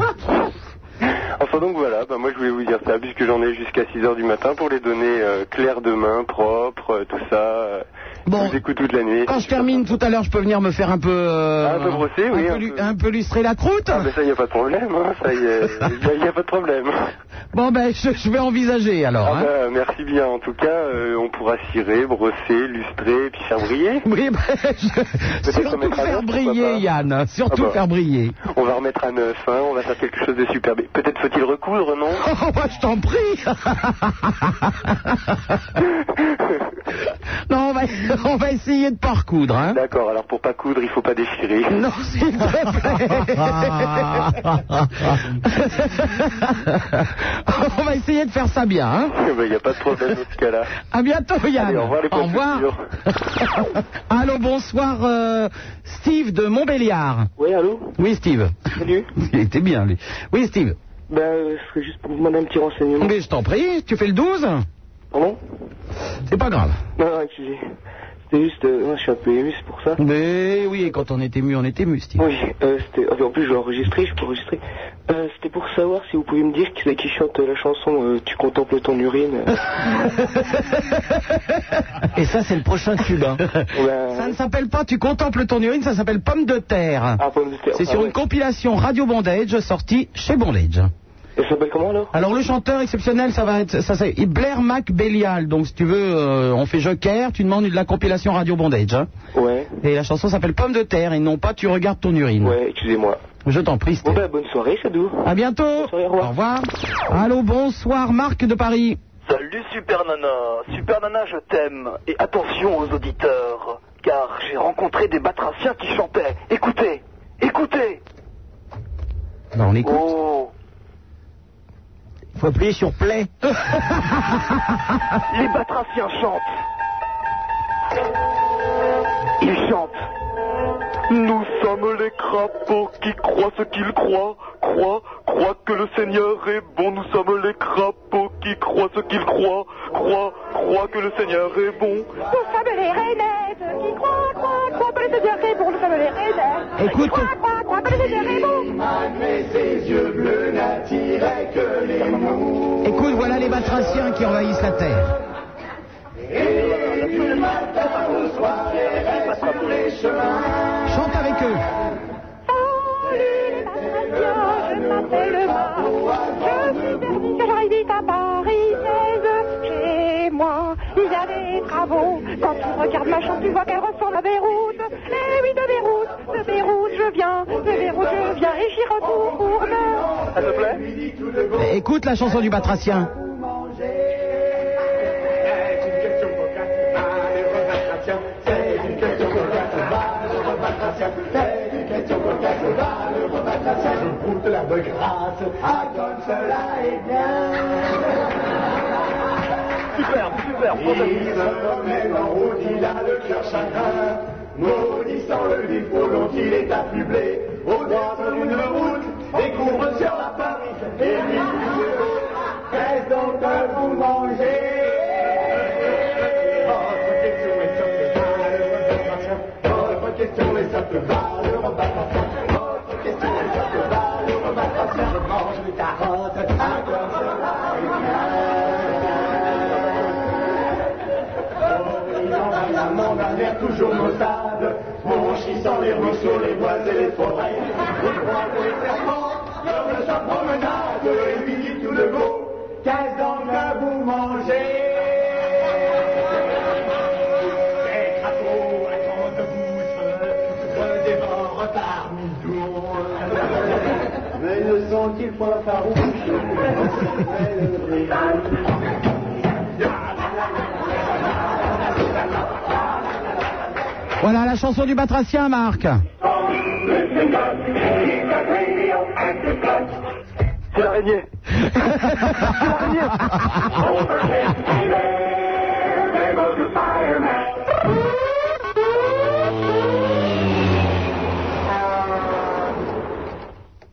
Speaker 9: Enfin donc voilà, bah, moi je voulais vous dire ça puisque j'en ai jusqu'à 6h du matin pour les donner euh, claires de main, propres, euh, tout ça. euh,
Speaker 2: Bon.
Speaker 9: Je vous écoute toute l'année.
Speaker 2: Quand je termine tout à l'heure, je peux venir me faire un peu. euh,
Speaker 9: Un peu brosser, oui,
Speaker 2: Un peu,
Speaker 9: un
Speaker 2: lu-
Speaker 9: peu.
Speaker 2: un peu lustrer la croûte.
Speaker 9: Ah ben ça y a pas de problème, hein, ça y est, y a, y a pas de problème.
Speaker 2: Bon, ben, je, je vais envisager alors.
Speaker 9: Ah
Speaker 2: hein.
Speaker 9: bah, merci bien, en tout cas euh, on pourra cirer, brosser, lustrer, puis faire briller.
Speaker 2: Oui, ben, je-
Speaker 9: Peut-être qu'on
Speaker 2: surtout
Speaker 9: mettra
Speaker 2: faire
Speaker 9: neuf, pourquoi
Speaker 2: briller,
Speaker 9: pas.
Speaker 2: Yann. Surtout
Speaker 9: Ah bah.
Speaker 2: faire briller.
Speaker 9: On va remettre à neuf, hein, on va faire quelque chose de superbe. Peut-être faut-il recoudre, non
Speaker 2: Oh, moi, je t'en prie. non, on va, on va essayer de pas recoudre. Hein.
Speaker 9: D'accord, alors pour pas coudre, il faut pas déchirer.
Speaker 2: Non, s'il te plaît. on va essayer de faire ça bien. Hein.
Speaker 9: Il n'y a pas de problème dans ce cas-là.
Speaker 2: À bientôt, Yann.
Speaker 9: Allez, au revoir, les potes futurs.
Speaker 2: Allô, bonsoir, euh, Steve de Montbéliard.
Speaker 18: Oui, allô
Speaker 2: Oui, Steve.
Speaker 18: Salut.
Speaker 2: Il était bien, lui. Oui, Steve.
Speaker 18: Ben, euh, ce serait juste pour vous demander un petit renseignement.
Speaker 2: Mais je t'en prie, tu fais le 12
Speaker 18: Pardon
Speaker 2: C'est pas grave.
Speaker 18: Non, non, excusez. C'était juste, euh, moi, je suis un peu ému, c'est pour ça.
Speaker 2: Mais oui, quand on est ému, on est ému, Steve.
Speaker 18: Oui, euh, c'était... En plus, je l'ai enregistré, je peux enregistrer. Euh, c'était pour savoir si vous pouviez me dire qui, c'est qui chante euh, la chanson euh, Tu contemples ton urine. euh.
Speaker 3: Et ça, c'est le prochain cubain.
Speaker 2: hein. Ça ne s'appelle pas Tu contemples ton urine, ça s'appelle Pomme de terre. C'est
Speaker 18: ah
Speaker 2: sur
Speaker 18: ouais.
Speaker 2: une compilation Radio Bondage sortie chez Bondage.
Speaker 18: Elle s'appelle comment, alors
Speaker 2: Alors le chanteur exceptionnel, ça va être ça, c'est Blair Mac Bélial. Donc si tu veux, euh, on fait Joker, tu demandes de la compilation Radio Bondage. hein.
Speaker 18: Ouais.
Speaker 2: Et la chanson s'appelle Pomme de terre et non pas Tu regardes ton urine.
Speaker 18: Ouais, excusez-moi.
Speaker 2: Je t'en prie. Steve.
Speaker 18: Bon, ben, bonne soirée, Sadou.
Speaker 2: À bientôt. au, revoir. Allô, bonsoir Marc de Paris.
Speaker 19: Salut Super Nana, Super Nana je t'aime et attention aux auditeurs car j'ai rencontré des batraciens qui chantaient. Écoutez, écoutez.
Speaker 2: Ben, on écoute.
Speaker 19: Oh,
Speaker 3: Faut appuyer sur play.
Speaker 19: les batraciens chantent. Ils chantent.
Speaker 20: Nous sommes les crapauds qui croient ce qu'ils croient, croient, croient que le Seigneur est bon. Nous sommes les crapauds qui croient ce qu'ils croient, croient, croient que le Seigneur est bon.
Speaker 8: Nous sommes les rainettes qui croient, croient, croient pas les Seigneurs Raymond. Nous sommes les rainettes
Speaker 2: Écoute.
Speaker 8: qui croient, croient, croient pas les Seigneurs
Speaker 2: Écoute, voilà les batraciens qui envahissent la terre. Chante avec eux.
Speaker 8: Oh, Que j'arrive à Paris 16, chez moi, il y a des travaux. Quand tu regardes ma chambre, tu vois qu'elle ressemble à Beyrouth. Eh oui, de Beyrouth, de Beyrouth, je viens, de Beyrouth, je viens et j'y retourne.
Speaker 19: S'il te plaît.
Speaker 2: Mais Écoute la chanson du batracien.
Speaker 20: C'est une
Speaker 11: de grâce, ah comme cela est bien. Super, super, Il se remet en route, il a le cœur chagrin, maudissant le livre dont il est affublé, au bord d'une route, découvre sur la Paris, et dit, qu'est-ce donc que vous mangez Oh, Mon alerte toujours notable, mon chissant les roues sur les bois et les forêts, les bois et les serpents, l'homme de sa promenade, et lui dit tout de go, qu'est-ce donc que vous mangez Des crapauds à grande bouche, se dévorent parmi nous. Mais ne sont-ils point farouches
Speaker 2: Voilà la chanson du Batracien, Marc.
Speaker 11: C'est l'araignée.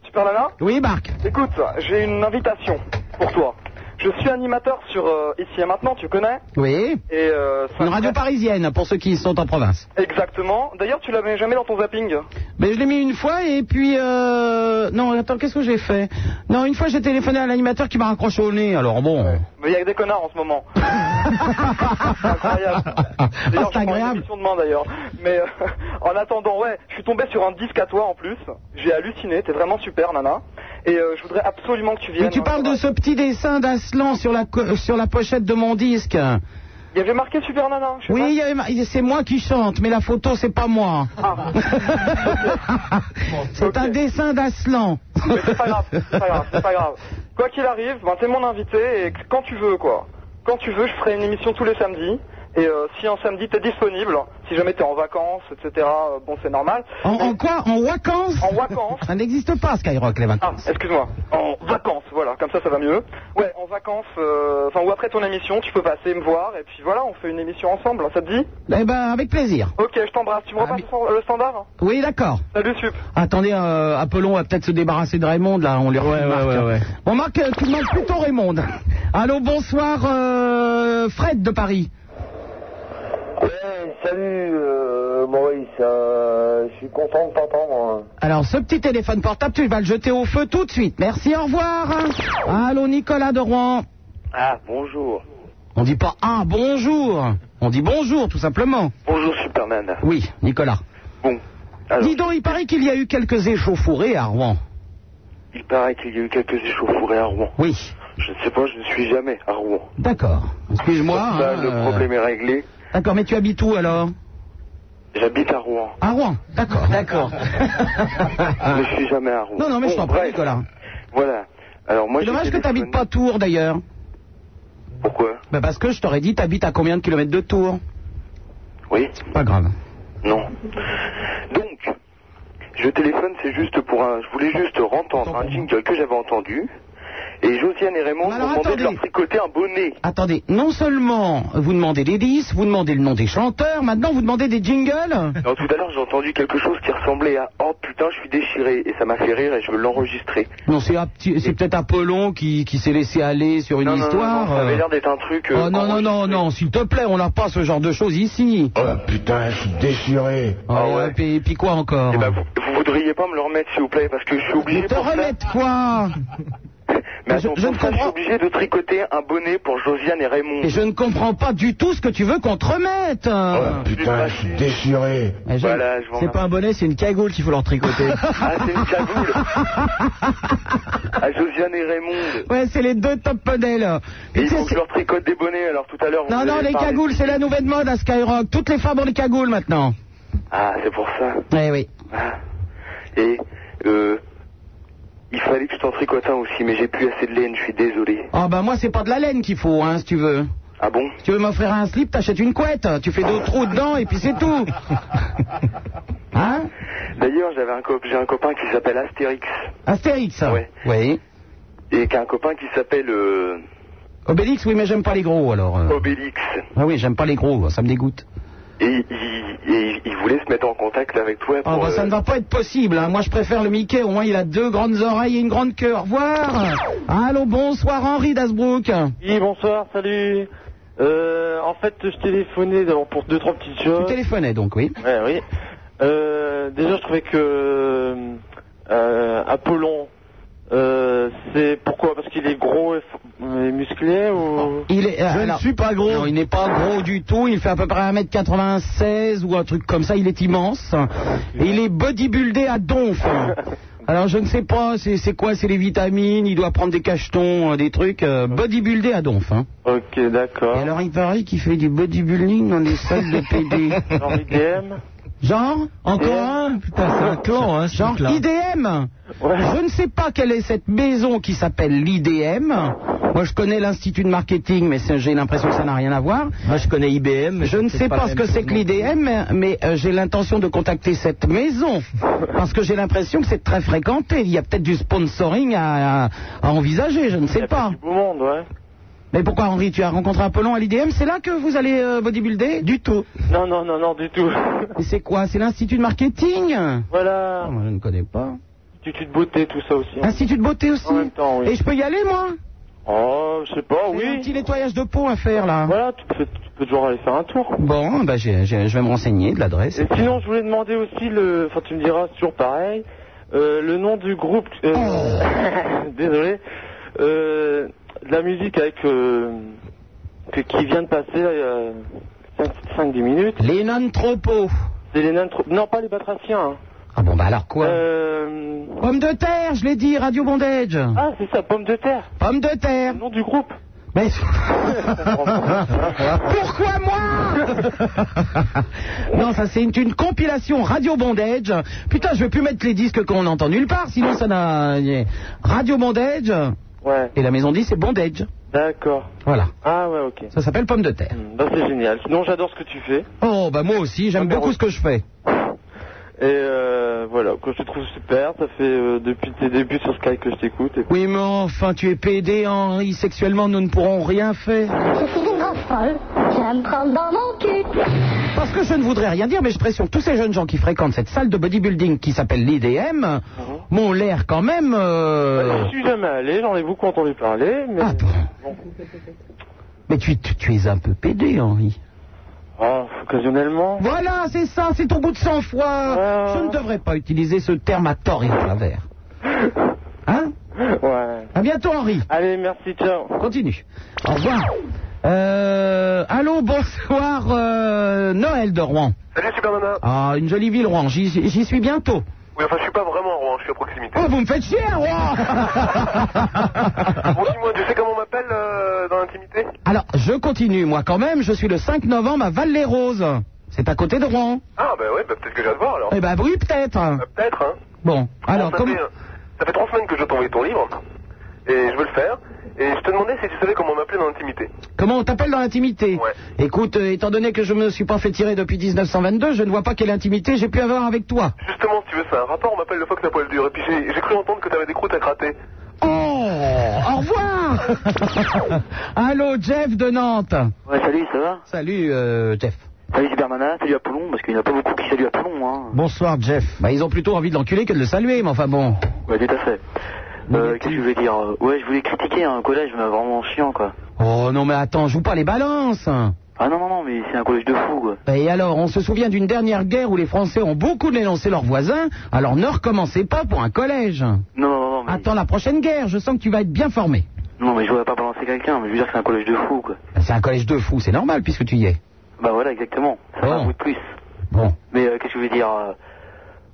Speaker 6: Super Nana
Speaker 2: Oui, Marc.
Speaker 6: Écoute, j'ai une invitation pour toi. Je suis animateur sur euh, Ici et Maintenant, tu connais
Speaker 2: Oui.
Speaker 6: Et euh, ça
Speaker 2: Une
Speaker 6: me
Speaker 2: radio parisienne pour ceux qui sont en province.
Speaker 6: fait- Exactement. D'ailleurs, tu l'avais jamais dans ton zapping.
Speaker 2: Mais Ben, je l'ai mis une fois et puis euh... non attends qu'est-ce que j'ai fait Non une fois j'ai téléphoné à l'animateur qui m'a raccroché au nez alors bon.
Speaker 6: Mais il y a que des connards en ce moment. Incroyable.
Speaker 2: Ah,
Speaker 6: D'ailleurs, je prends une émission demain d'ailleurs. Mais euh, en attendant, ouais, je suis tombé sur un disque à toi en plus. J'ai halluciné. T'es vraiment super, Nana. Et euh, je voudrais absolument que tu viennes.
Speaker 2: Mais tu parles de ce petit dessin d'Aslan sur la co- sur la pochette de mon disque.
Speaker 6: Il y avait marqué Super Nana. je sais
Speaker 2: Oui
Speaker 6: pas.
Speaker 2: il y avait mar- c'est moi qui chante mais la photo c'est pas moi.
Speaker 3: Ah bah.
Speaker 2: c'est un dessin d'Aslan.
Speaker 6: Mais c'est pas grave, c'est pas grave, c'est pas grave. Quoi qu'il arrive, ben, t'es mon invité et quand tu veux, quoi. Quand tu veux, je ferai une émission tous les samedis. Et euh, si un samedi t'es disponible, si jamais t'es en vacances, etc., euh, bon, c'est normal.
Speaker 2: En, en quoi En vacances En
Speaker 6: vacances.
Speaker 2: Ça n'existe pas Skyrock les vacances.
Speaker 6: Ah, excuse-moi. En vacances, voilà, comme ça, ça va mieux. Ouais, en vacances, euh, enfin, ou après ton émission, tu peux passer me voir et puis voilà, on fait une émission ensemble, ça te dit
Speaker 2: Eh ben avec plaisir.
Speaker 6: Ok, je t'embrasse.
Speaker 2: Ah,
Speaker 6: Tu me repasses le standard hein
Speaker 2: Oui d'accord.
Speaker 6: Salut, Sup.
Speaker 2: Attendez, euh, Apollon va peut-être se débarrasser de Raymond, là, on lui ouais,
Speaker 3: ouais, ouais.
Speaker 2: Bon, Marc, euh, tu demandes plutôt Raymond. Allô, bonsoir, euh, Fred de Paris.
Speaker 21: Ouais, salut euh, Maurice, euh, je suis content de t'entendre. hein.
Speaker 2: Alors, ce petit téléphone portable, tu vas le jeter au feu tout de suite. Merci, au revoir. Allô, Nicolas de Rouen.
Speaker 9: Ah, bonjour.
Speaker 2: On dit pas ah, bonjour. On dit bonjour, tout simplement.
Speaker 9: Bonjour Superman.
Speaker 2: Oui, Nicolas.
Speaker 9: Bon, alors,
Speaker 2: Dis donc, il paraît qu'il y a eu quelques échauffourées à Rouen.
Speaker 9: il paraît qu'il y a eu quelques échauffourées à Rouen.
Speaker 2: Oui.
Speaker 9: Je ne sais pas, je ne suis jamais à Rouen.
Speaker 2: D'accord. Excuse-moi.
Speaker 9: Ça,
Speaker 2: hein,
Speaker 9: ben, le
Speaker 2: euh,
Speaker 9: problème est réglé.
Speaker 2: D'accord, mais tu habites où alors
Speaker 9: J'habite à Rouen.
Speaker 2: À Rouen. D'accord. D'accord.
Speaker 9: Je ne suis jamais à Rouen.
Speaker 2: Ah. Non, non, mais je t'en prie, Nicolas.
Speaker 9: Voilà. Alors moi,
Speaker 2: C'est
Speaker 9: j'ai
Speaker 2: dommage que
Speaker 9: téléphoné-
Speaker 2: t'habites pas Tours d'ailleurs.
Speaker 9: Pourquoi
Speaker 2: Bah parce que je t'aurais dit t'habites à combien de kilomètres de Tours
Speaker 9: Oui.
Speaker 2: Pas grave.
Speaker 9: Non. Donc, je téléphone, c'est juste pour un. Je voulais juste rentendre un jingle que j'avais entendu. Et Josiane et Raymond m'ont demandé de leur tricoter un bonnet.
Speaker 2: Attendez, non seulement vous demandez les disques, vous demandez le nom des chanteurs, maintenant vous demandez des jingles
Speaker 9: Non, tout à l'heure, j'ai entendu quelque chose qui ressemblait à Oh putain, je suis déchiré. Et ça m'a fait rire et je veux l'enregistrer.
Speaker 2: Non, c'est un petit- c'est peut-être Apollon qui, qui s'est laissé aller sur une
Speaker 9: Non, non, non,
Speaker 2: histoire.
Speaker 9: non, ça avait
Speaker 2: euh.
Speaker 9: l'air d'être un truc. euh,
Speaker 2: Oh non, non, non, non, s'il te plaît, on n'a pas ce genre de choses ici. Oh putain, je suis déchiré.
Speaker 9: Ah
Speaker 2: ouais, puis, puis quoi encore
Speaker 9: Eh ben, Vous voudriez pas me le remettre, s'il vous plaît, parce que je suis obligé.
Speaker 2: Oh. Mais te remettre quoi
Speaker 9: Mais attends, pour ça, je, suis obligé de tricoter un bonnet pour Josiane et Raymond.
Speaker 2: Et je ne comprends pas du tout ce que tu veux qu'on te remette. Oh
Speaker 9: putain,
Speaker 2: je suis déchiré.
Speaker 9: Voilà, je vous
Speaker 3: C'est pas un bonnet, c'est une cagoule qu'il faut leur tricoter.
Speaker 9: Ah, c'est une cagoule. à Josiane et Raymond.
Speaker 2: Ouais, c'est les deux top modèles.
Speaker 9: Et il faut que je leur tricote des bonnets, alors tout à l'heure. vous
Speaker 2: Non, non,
Speaker 9: avez
Speaker 2: les
Speaker 9: parlé-
Speaker 2: cagoules, c'est la nouvelle mode à Skyrock. Toutes les femmes ont des cagoules maintenant.
Speaker 9: Ah, c'est pour ça. Ah.
Speaker 2: Eh oui.
Speaker 9: Et, euh, il fallait
Speaker 2: Oh,
Speaker 9: que je t'en tricote un aussi, mais j'ai plus assez de laine, je suis désolé.
Speaker 2: Ah bah moi, c'est pas de la laine qu'il faut, hein, si tu veux.
Speaker 6: Ah bon
Speaker 2: Si tu veux m'offrir un slip, t'achètes une couette. Tu fais deux trous dedans et puis c'est tout. Hein
Speaker 6: D'ailleurs, j'avais un cop- j'ai un copain qui s'appelle Astérix
Speaker 2: Astérix. Oui.
Speaker 6: et qui a un copain qui s'appelle euh,
Speaker 2: Obélix, oui, mais j'aime pas les gros alors.
Speaker 9: Oh.
Speaker 2: euh.
Speaker 6: Obélix.
Speaker 2: Ah oui, j'aime pas les gros, ça me dégoûte.
Speaker 6: Et il, et il voulait se mettre en contact avec toi
Speaker 2: Ah
Speaker 6: pour.
Speaker 2: bah, ça
Speaker 6: euh,
Speaker 2: ne va pas être possible. hein. Moi, je préfère le Mickey. Au moins, il a deux grandes oreilles et une grande queue. Au revoir. Allô, bonsoir, Henri d'Asbrook.
Speaker 9: Oui, bonsoir, salut. Euh, en fait, je téléphonais d'abord pour deux trois petites choses.
Speaker 2: Tu téléphonais donc, oui.
Speaker 9: Ouais, oui. Euh, déjà, je trouvais que euh, Apollon, euh, c'est pourquoi Parce qu'il est gros et, f- et musclé ou
Speaker 2: Il est, euh, alors- Non, il n'est pas gros du tout. Il fait à peu près 1m96 ou un truc comme ça. Il est immense. Et il est bodybuildé à donf. Alors, je ne sais pas, c'est c'est quoi C'est les vitamines Il doit prendre des cachetons, euh, des trucs. euh, bodybuildé à donf. hein.
Speaker 9: Ok, d'accord.
Speaker 2: Et alors, il paraît qu'il fait du bodybuilding dans les salles de PD.
Speaker 9: Genre IDM
Speaker 2: Genre Encore un Putain, c'est un clan, hein, Genre
Speaker 3: truc-là.
Speaker 2: IDM Je ne sais pas quelle est cette maison qui s'appelle l'IDM. Moi, je connais l'Institut de Marketing, mais c'est- j'ai l'impression que ça n'a rien à voir.
Speaker 3: Moi, je connais IBM. mais
Speaker 2: Je ne sais pas
Speaker 3: la
Speaker 2: ce
Speaker 3: même
Speaker 2: que c'est
Speaker 3: chose
Speaker 2: que
Speaker 3: non plus.
Speaker 2: l'IDM, mais euh, j'ai l'intention de contacter cette maison. Parce que j'ai l'impression que c'est très fréquenté. Il y a peut-être du sponsoring à, à- à envisager, je ne sais pas.
Speaker 9: Beau monde, ouais.
Speaker 2: Mais pourquoi, Henri, tu as rencontré Apollon à l'IDM C'est là que vous allez euh, bodybuilder Du tout.
Speaker 9: Non, non, non, non, du tout.
Speaker 2: Et c'est quoi C'est l'Institut de Marketing
Speaker 9: voilà.
Speaker 2: Ah, Moi, je ne connais pas.
Speaker 9: Institut de beauté, tout ça aussi. hein.
Speaker 2: Institut de beauté aussi
Speaker 9: En même temps, oui.
Speaker 2: Et je peux y aller, moi
Speaker 9: Oh, je sais pas,
Speaker 2: J'ai un
Speaker 9: oui.
Speaker 2: petit nettoyage de peau à faire, là.
Speaker 9: Voilà, tu peux, tu peux toujours aller faire un tour.
Speaker 2: Bon, bah, j'ai- j'ai- je vais me renseigner de l'adresse.
Speaker 9: Et sinon, je voulais demander aussi le. Enfin, tu me diras, c'est toujours pareil. euh, le nom du groupe. euh, Désolé. Euh, de la musique avec. euh, que- qui vient de passer, là, il y a 5-10 minutes.
Speaker 2: Les non-tropos.
Speaker 9: C'est les non-tropos. Non, pas les batraciens. hein.
Speaker 2: Ah bon, bah alors quoi
Speaker 9: Euh,
Speaker 2: Pomme de terre, je l'ai dit, Radio Bondage.
Speaker 9: Ah, c'est ça, pomme de terre.
Speaker 2: Pomme de terre.
Speaker 9: Le nom du groupe.
Speaker 2: Mais... Pourquoi moi Non, ça c'est une, une compilation Radio Bondage. Putain, je vais plus mettre les disques qu'on entend nulle part, sinon ça n'a... Radio Bondage.
Speaker 9: Ouais.
Speaker 2: Et la maison dit c'est Bondage.
Speaker 9: D'accord.
Speaker 2: Voilà.
Speaker 9: Ah, ouais, ok.
Speaker 2: Ça s'appelle Pomme de terre.
Speaker 9: Bah, c'est génial. Sinon, j'adore ce que tu fais.
Speaker 2: Oh, bah moi aussi, j'aime beaucoup ce que je fais.
Speaker 9: Et euh, voilà, que je te trouve super, ça fait euh, depuis tes débuts sur Sky que je t'écoute. Et...
Speaker 2: Oui, mais enfin, tu es PD, Henri. Sexuellement, nous ne pourrons rien faire.
Speaker 4: Je suis une grosse folle. J'aime prendre dans mon cul.
Speaker 2: Parce que je ne voudrais rien dire, mais je pression tous ces jeunes gens qui fréquentent cette salle de bodybuilding qui s'appelle l'IDM, m'ont l'air quand même... euh,
Speaker 9: Je suis jamais allé, j'en ai beaucoup entendu parler, mais... Ah,
Speaker 2: Mais tu, tu, tu es un peu pédé, Henri.
Speaker 9: Ah, occasionnellement.
Speaker 2: Voilà, c'est ça, c'est ton goût de sang-froid. Je ne devrais pas utiliser ce terme à tort et à travers. Hein
Speaker 9: Ouais.
Speaker 2: À bientôt, Henri.
Speaker 9: Allez, merci, ciao.
Speaker 2: Continue. Au revoir. Euh, allô, bonsoir, euh, Noël de Rouen.
Speaker 11: Salut Superman.
Speaker 2: Ah, une jolie ville, Rouen. J'y j'y suis bientôt.
Speaker 11: Oui, enfin, je suis pas vraiment Rouen, je suis à proximité.
Speaker 2: Oh, vous me faites chier, Rouen
Speaker 11: Ah, bon, dis-moi, tu sais comment on m'appelle euh, dans l'intimité
Speaker 2: Alors, je continue, moi quand même. Je suis le 5 novembre à Val-les-Roses. C'est à côté de Rouen.
Speaker 11: Ah, bah ouais, bah, peut-être que je vais te voir alors.
Speaker 2: Eh ben, oui, peut-être.
Speaker 11: Peut-être, hein.
Speaker 2: Bon, alors,
Speaker 11: ça,
Speaker 2: comment...
Speaker 11: fait, euh, ça fait trois semaines que je veux t'envoyer ton livre, et je veux le faire, et je te demandais si tu savais comment on m'appelait dans l'intimité.
Speaker 2: Comment on t'appelle dans l'intimité Écoute, euh, étant donné que je me suis pas fait tirer depuis 1922, je ne vois pas quelle intimité j'ai pu avoir avec toi.
Speaker 11: Justement, si tu veux, c'est un rapport, on m'appelle le fox à poil dur, et puis j'ai j'ai cru entendre que t'avais des croûtes à gratter.
Speaker 2: Oh Au revoir Allô, Jeff de Nantes.
Speaker 6: Ouais, salut, ça va
Speaker 2: Salut, euh, Jeff.
Speaker 6: Salut Supermana, salut Apollon, parce qu'il n'y en a pas beaucoup qui saluent Apollon, hein.
Speaker 2: Bonsoir, Jeff. Bah, ils ont plutôt envie de l'enculer que de le saluer, mais enfin bon.
Speaker 6: Ouais, tout à fait. Euh, qu'est-ce que je voulais dire Euh, Ouais, je voulais critiquer un collège, mais vraiment chiant, quoi.
Speaker 2: Oh non, mais attends, joue pas les balances Bah,
Speaker 6: Ah non, non, non, mais c'est un collège de fous, quoi.
Speaker 2: Et alors, on se souvient d'une dernière guerre où les Français ont beaucoup dénoncé leurs voisins, alors ne recommencez pas pour un collège.
Speaker 6: Non, non, non, mais,
Speaker 2: Attends la prochaine guerre, je sens que tu vas être bien formé. Bah,
Speaker 6: non, mais je voulais pas balancer quelqu'un, mais je veux dire que c'est un collège de fous, quoi.
Speaker 2: C'est un collège de fous, c'est normal puisque tu y es.
Speaker 6: Bah voilà, exactement. Ça fait un bout de plus.
Speaker 2: Bon.
Speaker 6: Mais euh, qu'est-ce que je voulais dire euh,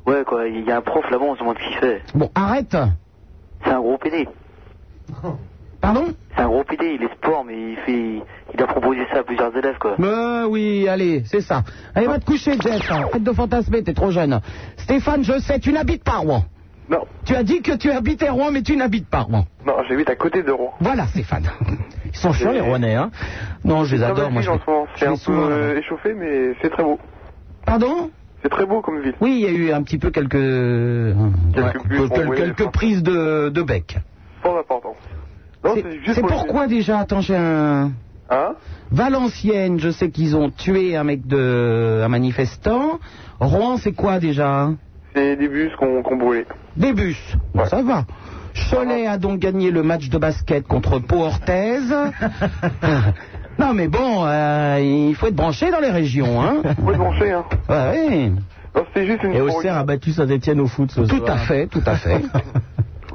Speaker 6: Ouais, quoi, il y a un prof là-bas, on se demande ce qu'il fait.
Speaker 2: Bon, arrête
Speaker 6: C'est un gros PD.
Speaker 2: Pardon
Speaker 6: C'est un gros PD, il est sport, mais il fait. Il a proposé ça à plusieurs élèves, quoi.
Speaker 2: Bah oui, allez, c'est ça. Allez, va te coucher, Jeff. Arrête de fantasmer, t'es trop jeune. Stéphane, je sais, tu n'habites pas Rouen.
Speaker 11: Non.
Speaker 2: Tu as dit que tu habitais Rouen, mais tu n'habites pas Rouen.
Speaker 11: Non, j'habite à côté de Rouen.
Speaker 2: Voilà, Stéphane. Ils sont chiants, les Rouennais, hein. Non, je les
Speaker 5: Ça va,
Speaker 2: adore, moi.
Speaker 5: les
Speaker 2: je
Speaker 5: filles, en ce
Speaker 2: fais-
Speaker 5: moment.
Speaker 2: je
Speaker 5: C'est un
Speaker 2: fais
Speaker 5: peu
Speaker 2: souvent là-bas.
Speaker 5: euh, échauffé, mais c'est très beau.
Speaker 2: Pardon
Speaker 5: C'est très beau comme ville.
Speaker 2: Oui, il y a eu un petit peu quelques, quelques,
Speaker 5: bus pour envoyer les
Speaker 2: quelques prises de, de bec.
Speaker 5: Sans importance. Non,
Speaker 2: C'est-
Speaker 5: c'est juste
Speaker 2: C'est
Speaker 5: pour le- Hein
Speaker 2: pourquoi déjà, attends, j'ai un... Valenciennes, je sais qu'ils ont tué un mec de... un manifestant. Rouen, c'est quoi déjà
Speaker 5: C'est des bus qu'on qu'on brûlait.
Speaker 2: Des bus. Bon, Ça va. Cholet a donc gagné le match de basket contre Pau-Orthez. non, mais bon, euh, il faut être branché dans les régions, hein.
Speaker 5: faut être branché, hein.
Speaker 2: Ouais,
Speaker 5: juste
Speaker 3: Et Auxerre a battu Saint-Etienne au foot ce
Speaker 2: Tout
Speaker 3: soir.
Speaker 2: à fait, tout à fait.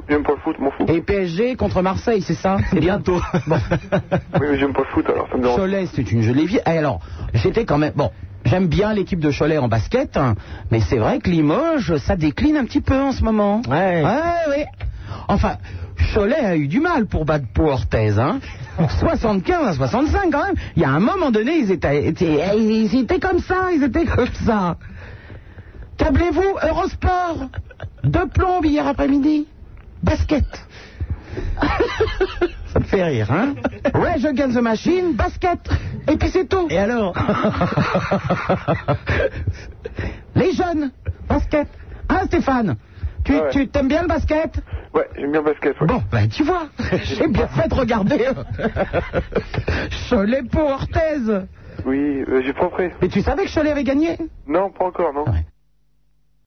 Speaker 5: J'aime pas le foot, m'en fous.
Speaker 2: Et PSG contre Marseille, c'est ça C'est bientôt. Bon.
Speaker 5: Oui, mais j'aime pas le foot alors, ça me dérange.
Speaker 2: Cholet, c'est une jolie ville. Et alors, j'étais quand même. Bon, j'aime bien l'équipe de Cholet en basket, hein, mais c'est vrai que Limoges, ça décline un petit peu en ce moment. Ouais. Ouais, ouais. Enfin, Cholet a eu du mal pour battre Pau Orthez, hein. 75 à 65 quand même. Il y a un moment donné, ils étaient, étaient- ils étaient comme ça, ils étaient comme ça. Câblez-vous, Eurosport De plomb hier après-midi Basket Ça me fait rire, hein Rage Against the Machine, basket Et puis c'est tout Et alors Les jeunes, basket Hein Stéphane tu,
Speaker 5: Ouais.
Speaker 2: tu t'aimes bien le basket
Speaker 5: Ouais, j'aime bien le basket. Ouais.
Speaker 2: Bon, ben tu vois, j'ai bien fait de regarder Cholet pour Orthez
Speaker 5: Oui, euh, j'ai pas compris.
Speaker 2: Mais tu savais que Cholet avait gagné
Speaker 5: Non, pas encore, non.